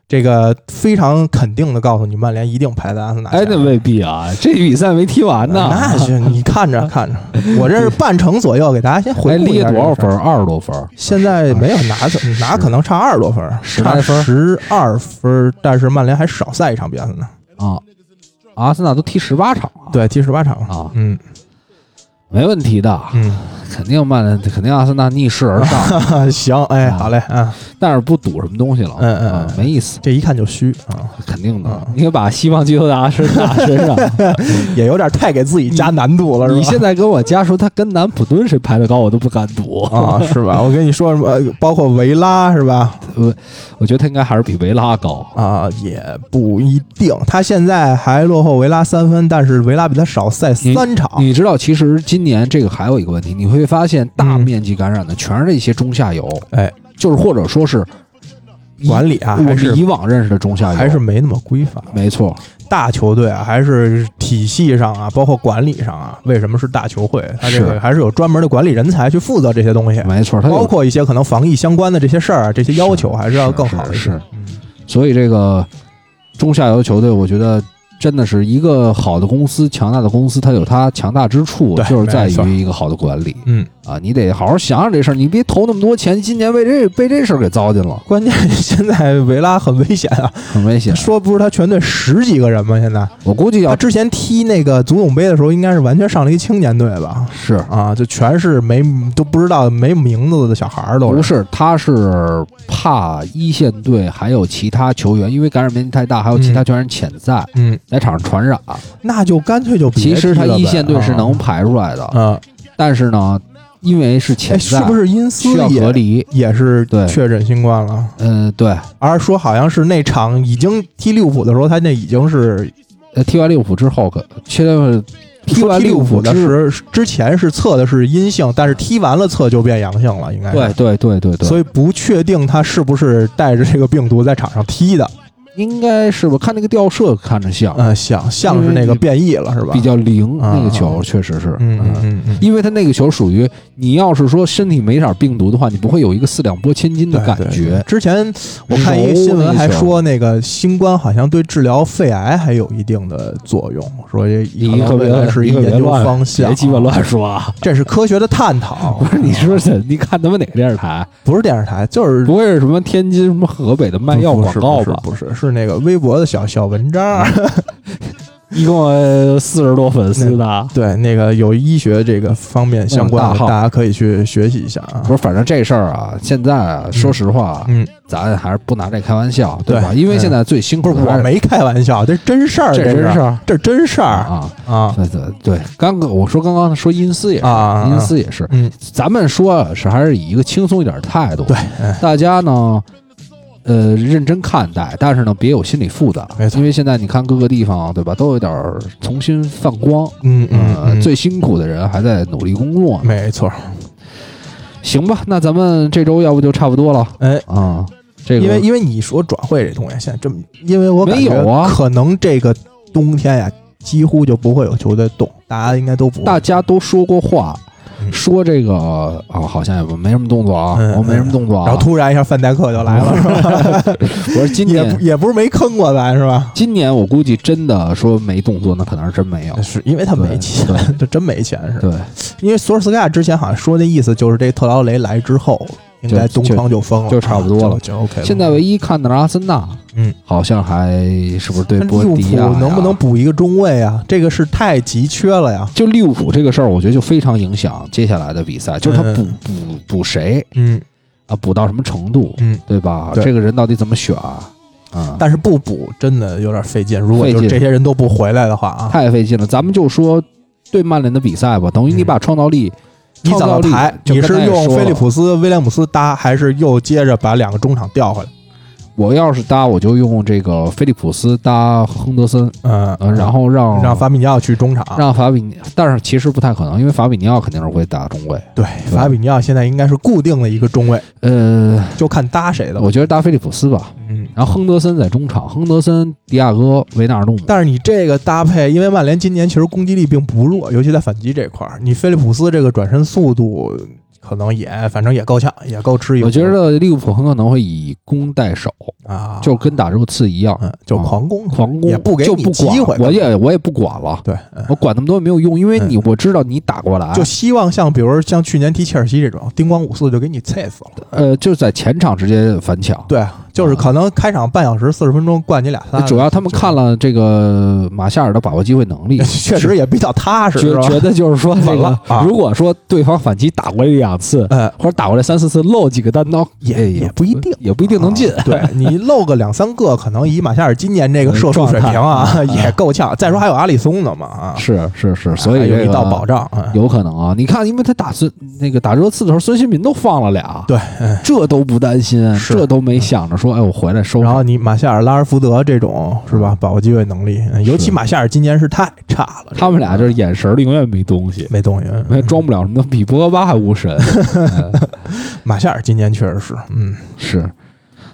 这个非常肯定的告诉你，曼联一定排在阿森纳前哎，面。那未必啊，这比赛没踢完呢。那是你看着看着，我这是半程左右，给大家先哎，回顾一列下多少分儿？这个事儿？二十多分儿。现在没有拿走，拿可能差二十多分儿，十差来分儿十二分儿，但是曼联还少赛一场比赛呢，啊，阿森纳都踢十八场了。，对，踢十八场啊嗯没问题的， *laughs* 嗯，肯定曼联，肯定阿森纳逆势而上，行，哎，啊好嘞，啊，但是不赌什么东西了。嗯嗯啊嗯没意思。这一看就虚啊，肯定的嗯，你可把希望寄托在阿森纳身 *laughs* 上。也有点太给自己加难度了，是吧？你现在跟我家说他跟南普敦谁排得高，我都不敢赌。啊，是吧？我跟你说什么，呃包括维拉是吧？我觉得他应该还是比维拉高。啊，也不一定。他现在还落后维拉三分，但是维拉比他少赛三场。你知道，其实今年这个还有一个问题，你会发现大嗯面积感染的全是这些中下游，哎，就是或者说是以管理啊，我还们以是往认识的中下游，还是没那么规范。没错。大球队啊，还是体系上啊，包括管理上啊，为什么是大球会？他这是嗯个还是有专门的管理人才去负责这些东西，没错，他有包括一些可能防疫相关的这些事儿啊，这些要求还是要更好一是些。嗯是所以这个中下游球队，我觉得真的是一个好的公司，强大的公司，它有它强大之处，对就是在没错于一个好的管理嗯，啊。你得好好想想这事儿，你别投那么多钱，今年为这被这事儿给糟践了，关键现在维拉很危险 *laughs* 啊，很危险。说不是他全队十几个人吗？现在我估计他要之前踢那个足总杯的时候，应该是完全上了一青年队吧？是啊，就全是没都不知道没名字的小孩儿都不是，他是怕一线队还有其他球员，因为感染面积太大，还有其他球员潜在嗯，在场上传染。啊那就干脆就别其实踢他了一呗线队是啊能排出来的，嗯，但是呢，因为是潜哎，在是，不是因斯需要隔也离。也是对确诊新冠了？嗯，对，而说好像是那场已经踢利物浦的时候，他那已经是呃，踢完利物浦之后，可现在踢说完踢利物物浦浦的之时之前是测的是阴性，但是踢完了测就变阳性了，应该是对对对对对，哎所以以不确定他是不是带着这个病毒在场上踢的。应该是我看那个吊射看着像，嗯，像像是那个变异了，是吧？比较灵，啊那个球确实是，嗯，嗯嗯嗯，因为他那个球属于你要是说身体没点病毒的话，你不会有一个四两拨千斤的对感对觉。之前我看一个新闻还说，那个新冠好像对治疗肺癌还有一定的作用，说这你可可能未来别是一你可别研究乱方向，别鸡巴，乱说啊！这是科学的探讨，不是你啊说这，你看他们哪个电视台？啊不是电视台，就是不会是什么天津、什么河北的卖药不广是告不是吧？不是，是那个微博的小小文章，一共四十多粉丝的，啊对，那个有医学这个方面相嗯关大的，号大家可以去学习一下啊不。是，反正这事儿啊，现在啊，说实话，嗯，咱还是不拿这开玩笑，对吧？因为嗯现在最辛不苦是的我还是没开玩笑，这真事儿，这是真事儿这真事儿啊，啊对对对，刚刚我说刚刚说阴司也是，啊！阴司也是，嗯，咱们说啊是还是以一个轻松一点的态度，对，哎大家呢，呃，认真看待，但是呢，别有心理负担没，错因为现在你看各个地方，对吧，都有点儿重新放光，嗯嗯呃嗯，最辛苦的人还在努力工作呢，没错，行吧，那咱们这周要不就差不多了哎。啊，这个因为因为你说转会这东西，现在这么，因为我感没有觉啊可能这个冬天呀，几乎就不会有球队动，大家应该都不会大家都说过话。嗯说这个啊，好像也不没什么动作啊，嗯我没什么动作啊。然后突然一下范戴克就来 *laughs* 了，是吧？我说今也不年，也不是没坑过咱，是吧？今年我估计真的说没动作，那可能是真没有。是因为他对没钱，这真没钱是吧。对，因为索尔斯克亚之前好像说那意思就是，这特劳雷来之后，应该东窗就封了，就就差不多了啊就就 OK 了。现在唯一看的是阿森纳，嗯，好像还是不是对但利波物迪亚浦呀能不能？补一个中卫啊？这个是太急缺了呀。就利物浦这个事儿，我觉得就非常影响接下来的比赛，就是他补补补谁嗯啊，补到什么程度，嗯，对吧？对这个人到底怎么选啊？啊但是不补真的有点费劲。如果就费是劲这些人都不回来的话啊，太费劲了。咱们就说对曼联的比赛吧，等于你把创造力，嗯你创怎造么力排？就你跟是他也用说菲利了普斯、威廉姆斯搭，还是又接着把两个中场调回来？我要是搭，我就用这个菲利普斯搭亨德森，嗯呃，然后让让法比尼奥去中场，让法比尼，但是其实不太可能，因为法比尼奥肯定是会打中卫。对法比尼奥现在应该是固定的一个中卫，呃，就看搭谁的了。我觉得搭菲利普斯吧，嗯，然后亨德森在中场，亨德森、迪亚哥、维纳尔杜姆，但是你这个搭配，因为曼联今年其实攻击力并不弱，尤其在反击这块儿，你菲利普斯这个转身速度可能也，反正也够呛，也够吃一。我觉得利物浦很可能会以攻代守，啊，就跟打热刺一样，嗯，就狂攻，狂攻也不给就你不管机会我也我也不管了，对，嗯我管那么多也没有用，因为你我知道你打过来，就希望像比如像去年踢切尔西这种，叮咣五四就给你菜死了。呃就在前场直接反抢。对，就是可能开场半小时四十分钟灌你俩仨，啊主要他们就，看了这个马夏尔的把握机会能力 *laughs* *laughs* 确实也比较踏实，觉是吧觉得就是说这稳个了啊，如果说对方反击打过来两次，呃，或者打过来三四次漏几个单刀，也哎也不一定也不一定能进。啊对你漏个两三个，可能以马夏尔今年这个射术水平啊， *laughs* 嗯状态也够呛。再说还有阿里松呢嘛啊，是是是，所还以有这一个道保障。嗯有可能啊。你看，因为他打孙那个打热刺的时候，孙兴民都放了俩，对，嗯这都不担心，是这都没想着说，哎，我回来收拾。然后你马夏尔、拉什福德这种是吧，把握机会能力，嗯尤其马夏尔今年是太差了， *laughs* 这个他们俩就是眼神儿里永远没东西，没东西。嗯那装不了什么，比博格巴还无神。马夏尔今年确实是，嗯，是。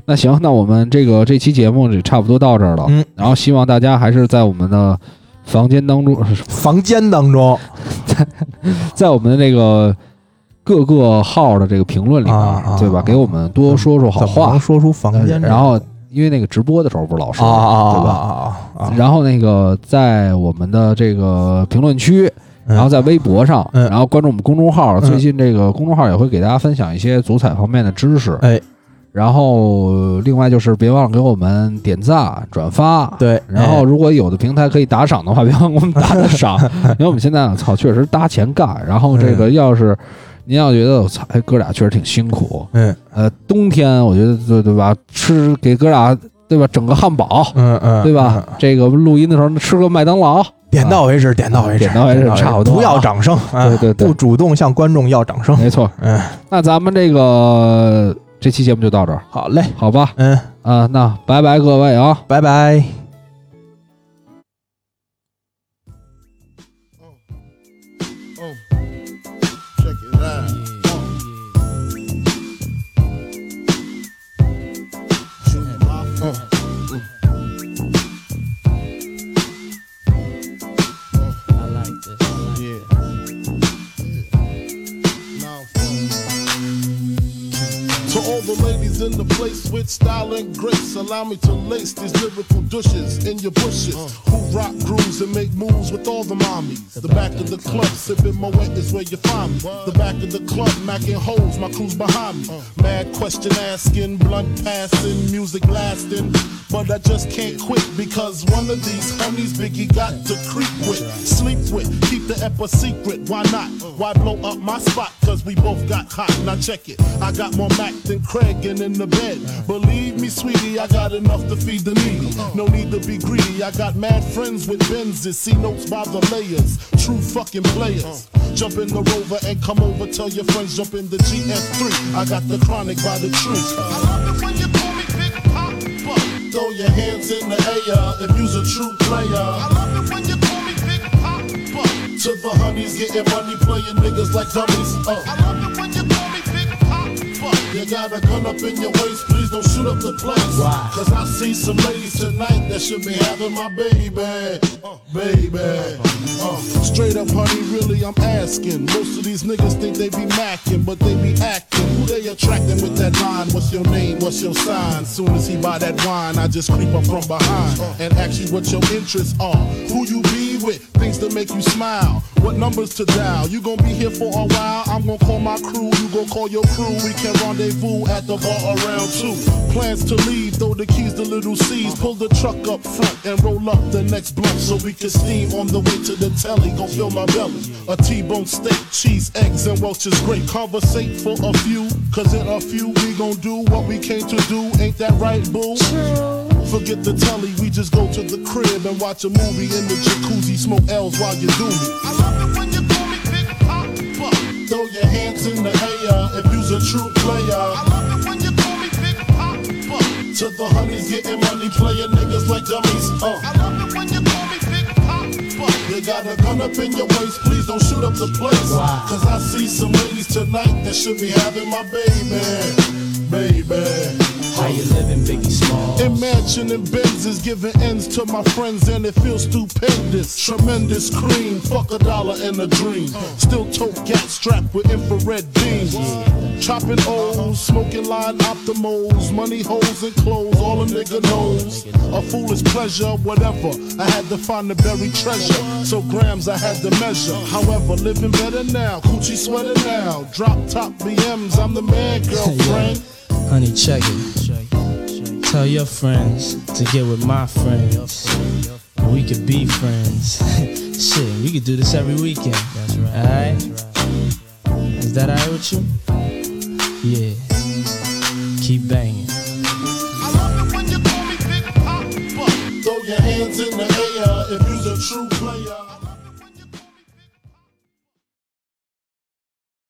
那行，那我们这个这期节目就差不多到这儿了。嗯然后希望大家还是在我们的房间当中， *laughs* 房间当中在我们的这个各个号的这个评论里面，啊啊对吧？啊给我们多说说好怎么话能。说出房间这？然后，因为那个直播的时候不是老啊说吗，啊对吧？啊啊啊！然后那个在我们的这个评论区，嗯然后在微博上，嗯然后关注我们公众号。嗯最近这个公众号也会给大家分享一些足彩方面的知识。哎，然后另外就是别忘了给我们点赞、转发。。对，然后，如果有的平台可以打赏的话，别忘给我们打打 *laughs* 赏，因为我们现在啊操，确实搭钱干。然后这个要是您要觉得我操，哎哥俩确实挺辛苦，嗯呃，冬天我觉得对对吧，吃给哥俩对吧，整个汉堡，嗯嗯，对吧？嗯？这个录音的时候吃个麦当劳，点到为止，点到为止，点到为止差不多不要掌声，啊对对对哎不主动向观众要掌声。没错。嗯，那咱们这个这期节目就到这儿，好嘞，好吧？嗯，啊、那拜拜各位啊。拜拜。 Oh. Check it out. Uh. Uh. He's in the place with style and grace. Allow me to lace these lyrical douches in your bushes. Who rock grooves and make moves with all the mommies. The back of the club, sipping my wet is where you find me. The back of the club, macking holes, my crew's behind me. Mad question asking, blunt passing, music lasting. But I just can't quit because one of these homies Biggie got to creep with, sleep with, keep the ep a secret. Why not? Why blow up my spot? Cause we both got hot. Now check it. I got more Mac than Craig and in the bed. Believe me, sweetie, I got enough to feed the needy. No need to be greedy. I got mad friends with Benzes. See notes by the layers. True fucking players. Jump in the rover and come over. Tell your friends, jump in the GF3. I got the chronic by the tree. I love it when you call me Big Papa. Throw your hands in the air if you's a true player. I love it when you call me Big Papa. To the honeys getting money, playing niggas like dummies. Uh. I love it when you call me Big Papa. You got a gun up in your waist, please don't shoot up the place. Cause I see some ladies tonight that should be having my baby. Uh, baby. Uh. Straight up, honey, really, I'm asking. Most of these niggas think they be macking, but they be acting. Who they attracting with that line? What's your name? What's your sign? Soon as he buy that wine, I just creep up from behind and ask you what your interests are. Who you be with? Things to make you smile. What numbers to dial? You gon' be here for a while. I'm gon' call my crew. You gon' call your crew. We can rendezvous at the bar around two. Plans to leave. Throw the keys to little C's. Pull the truck up front and roll up the next blunt so we can steam on the way to the telly. Gon' fill my belly. A T-bone steak, cheese, eggs, and Welch's grape. Conversate for a few. Cause in a few we gon' do what we came to do. Ain't that right, boo? Forget the telly, we just go to the crib and watch a movie in the jacuzzi, smoke L's while you do me. I love it when you call me Big Papa. Throw your hands in the air if you's a true player. I love it when you call me Big Papa. To the honeys getting money, playing niggas like dummies. Uh. I love it when you call me Big Papa. You got a gun up in your waist, please don't shoot up the place. Cause I see some ladies tonight that should be having my baby. Baby. How you living, Biggie Small? Imagine and Benz is giving ends to my friends and it feels stupendous. Tremendous cream, fuck a dollar and a dream. Still tote gat strapped with infrared beams. Chopping O's, smoking line optimals, money holes and clothes, all a nigga knows. A foolish pleasure, whatever. I had to find the buried treasure, so grams I had to measure. However, living better now, coochie sweater now. Drop top BMs, I'm the man, girlfriend. Honey, check it. Tell your friends to get with my friends. And we could be friends. *laughs* Shit, we could do this every weekend. That's right. Alright? Is that alright with you? Yeah. Keep banging. I love it when you call me Big Papa. Throw your hands in the air if you's a true player.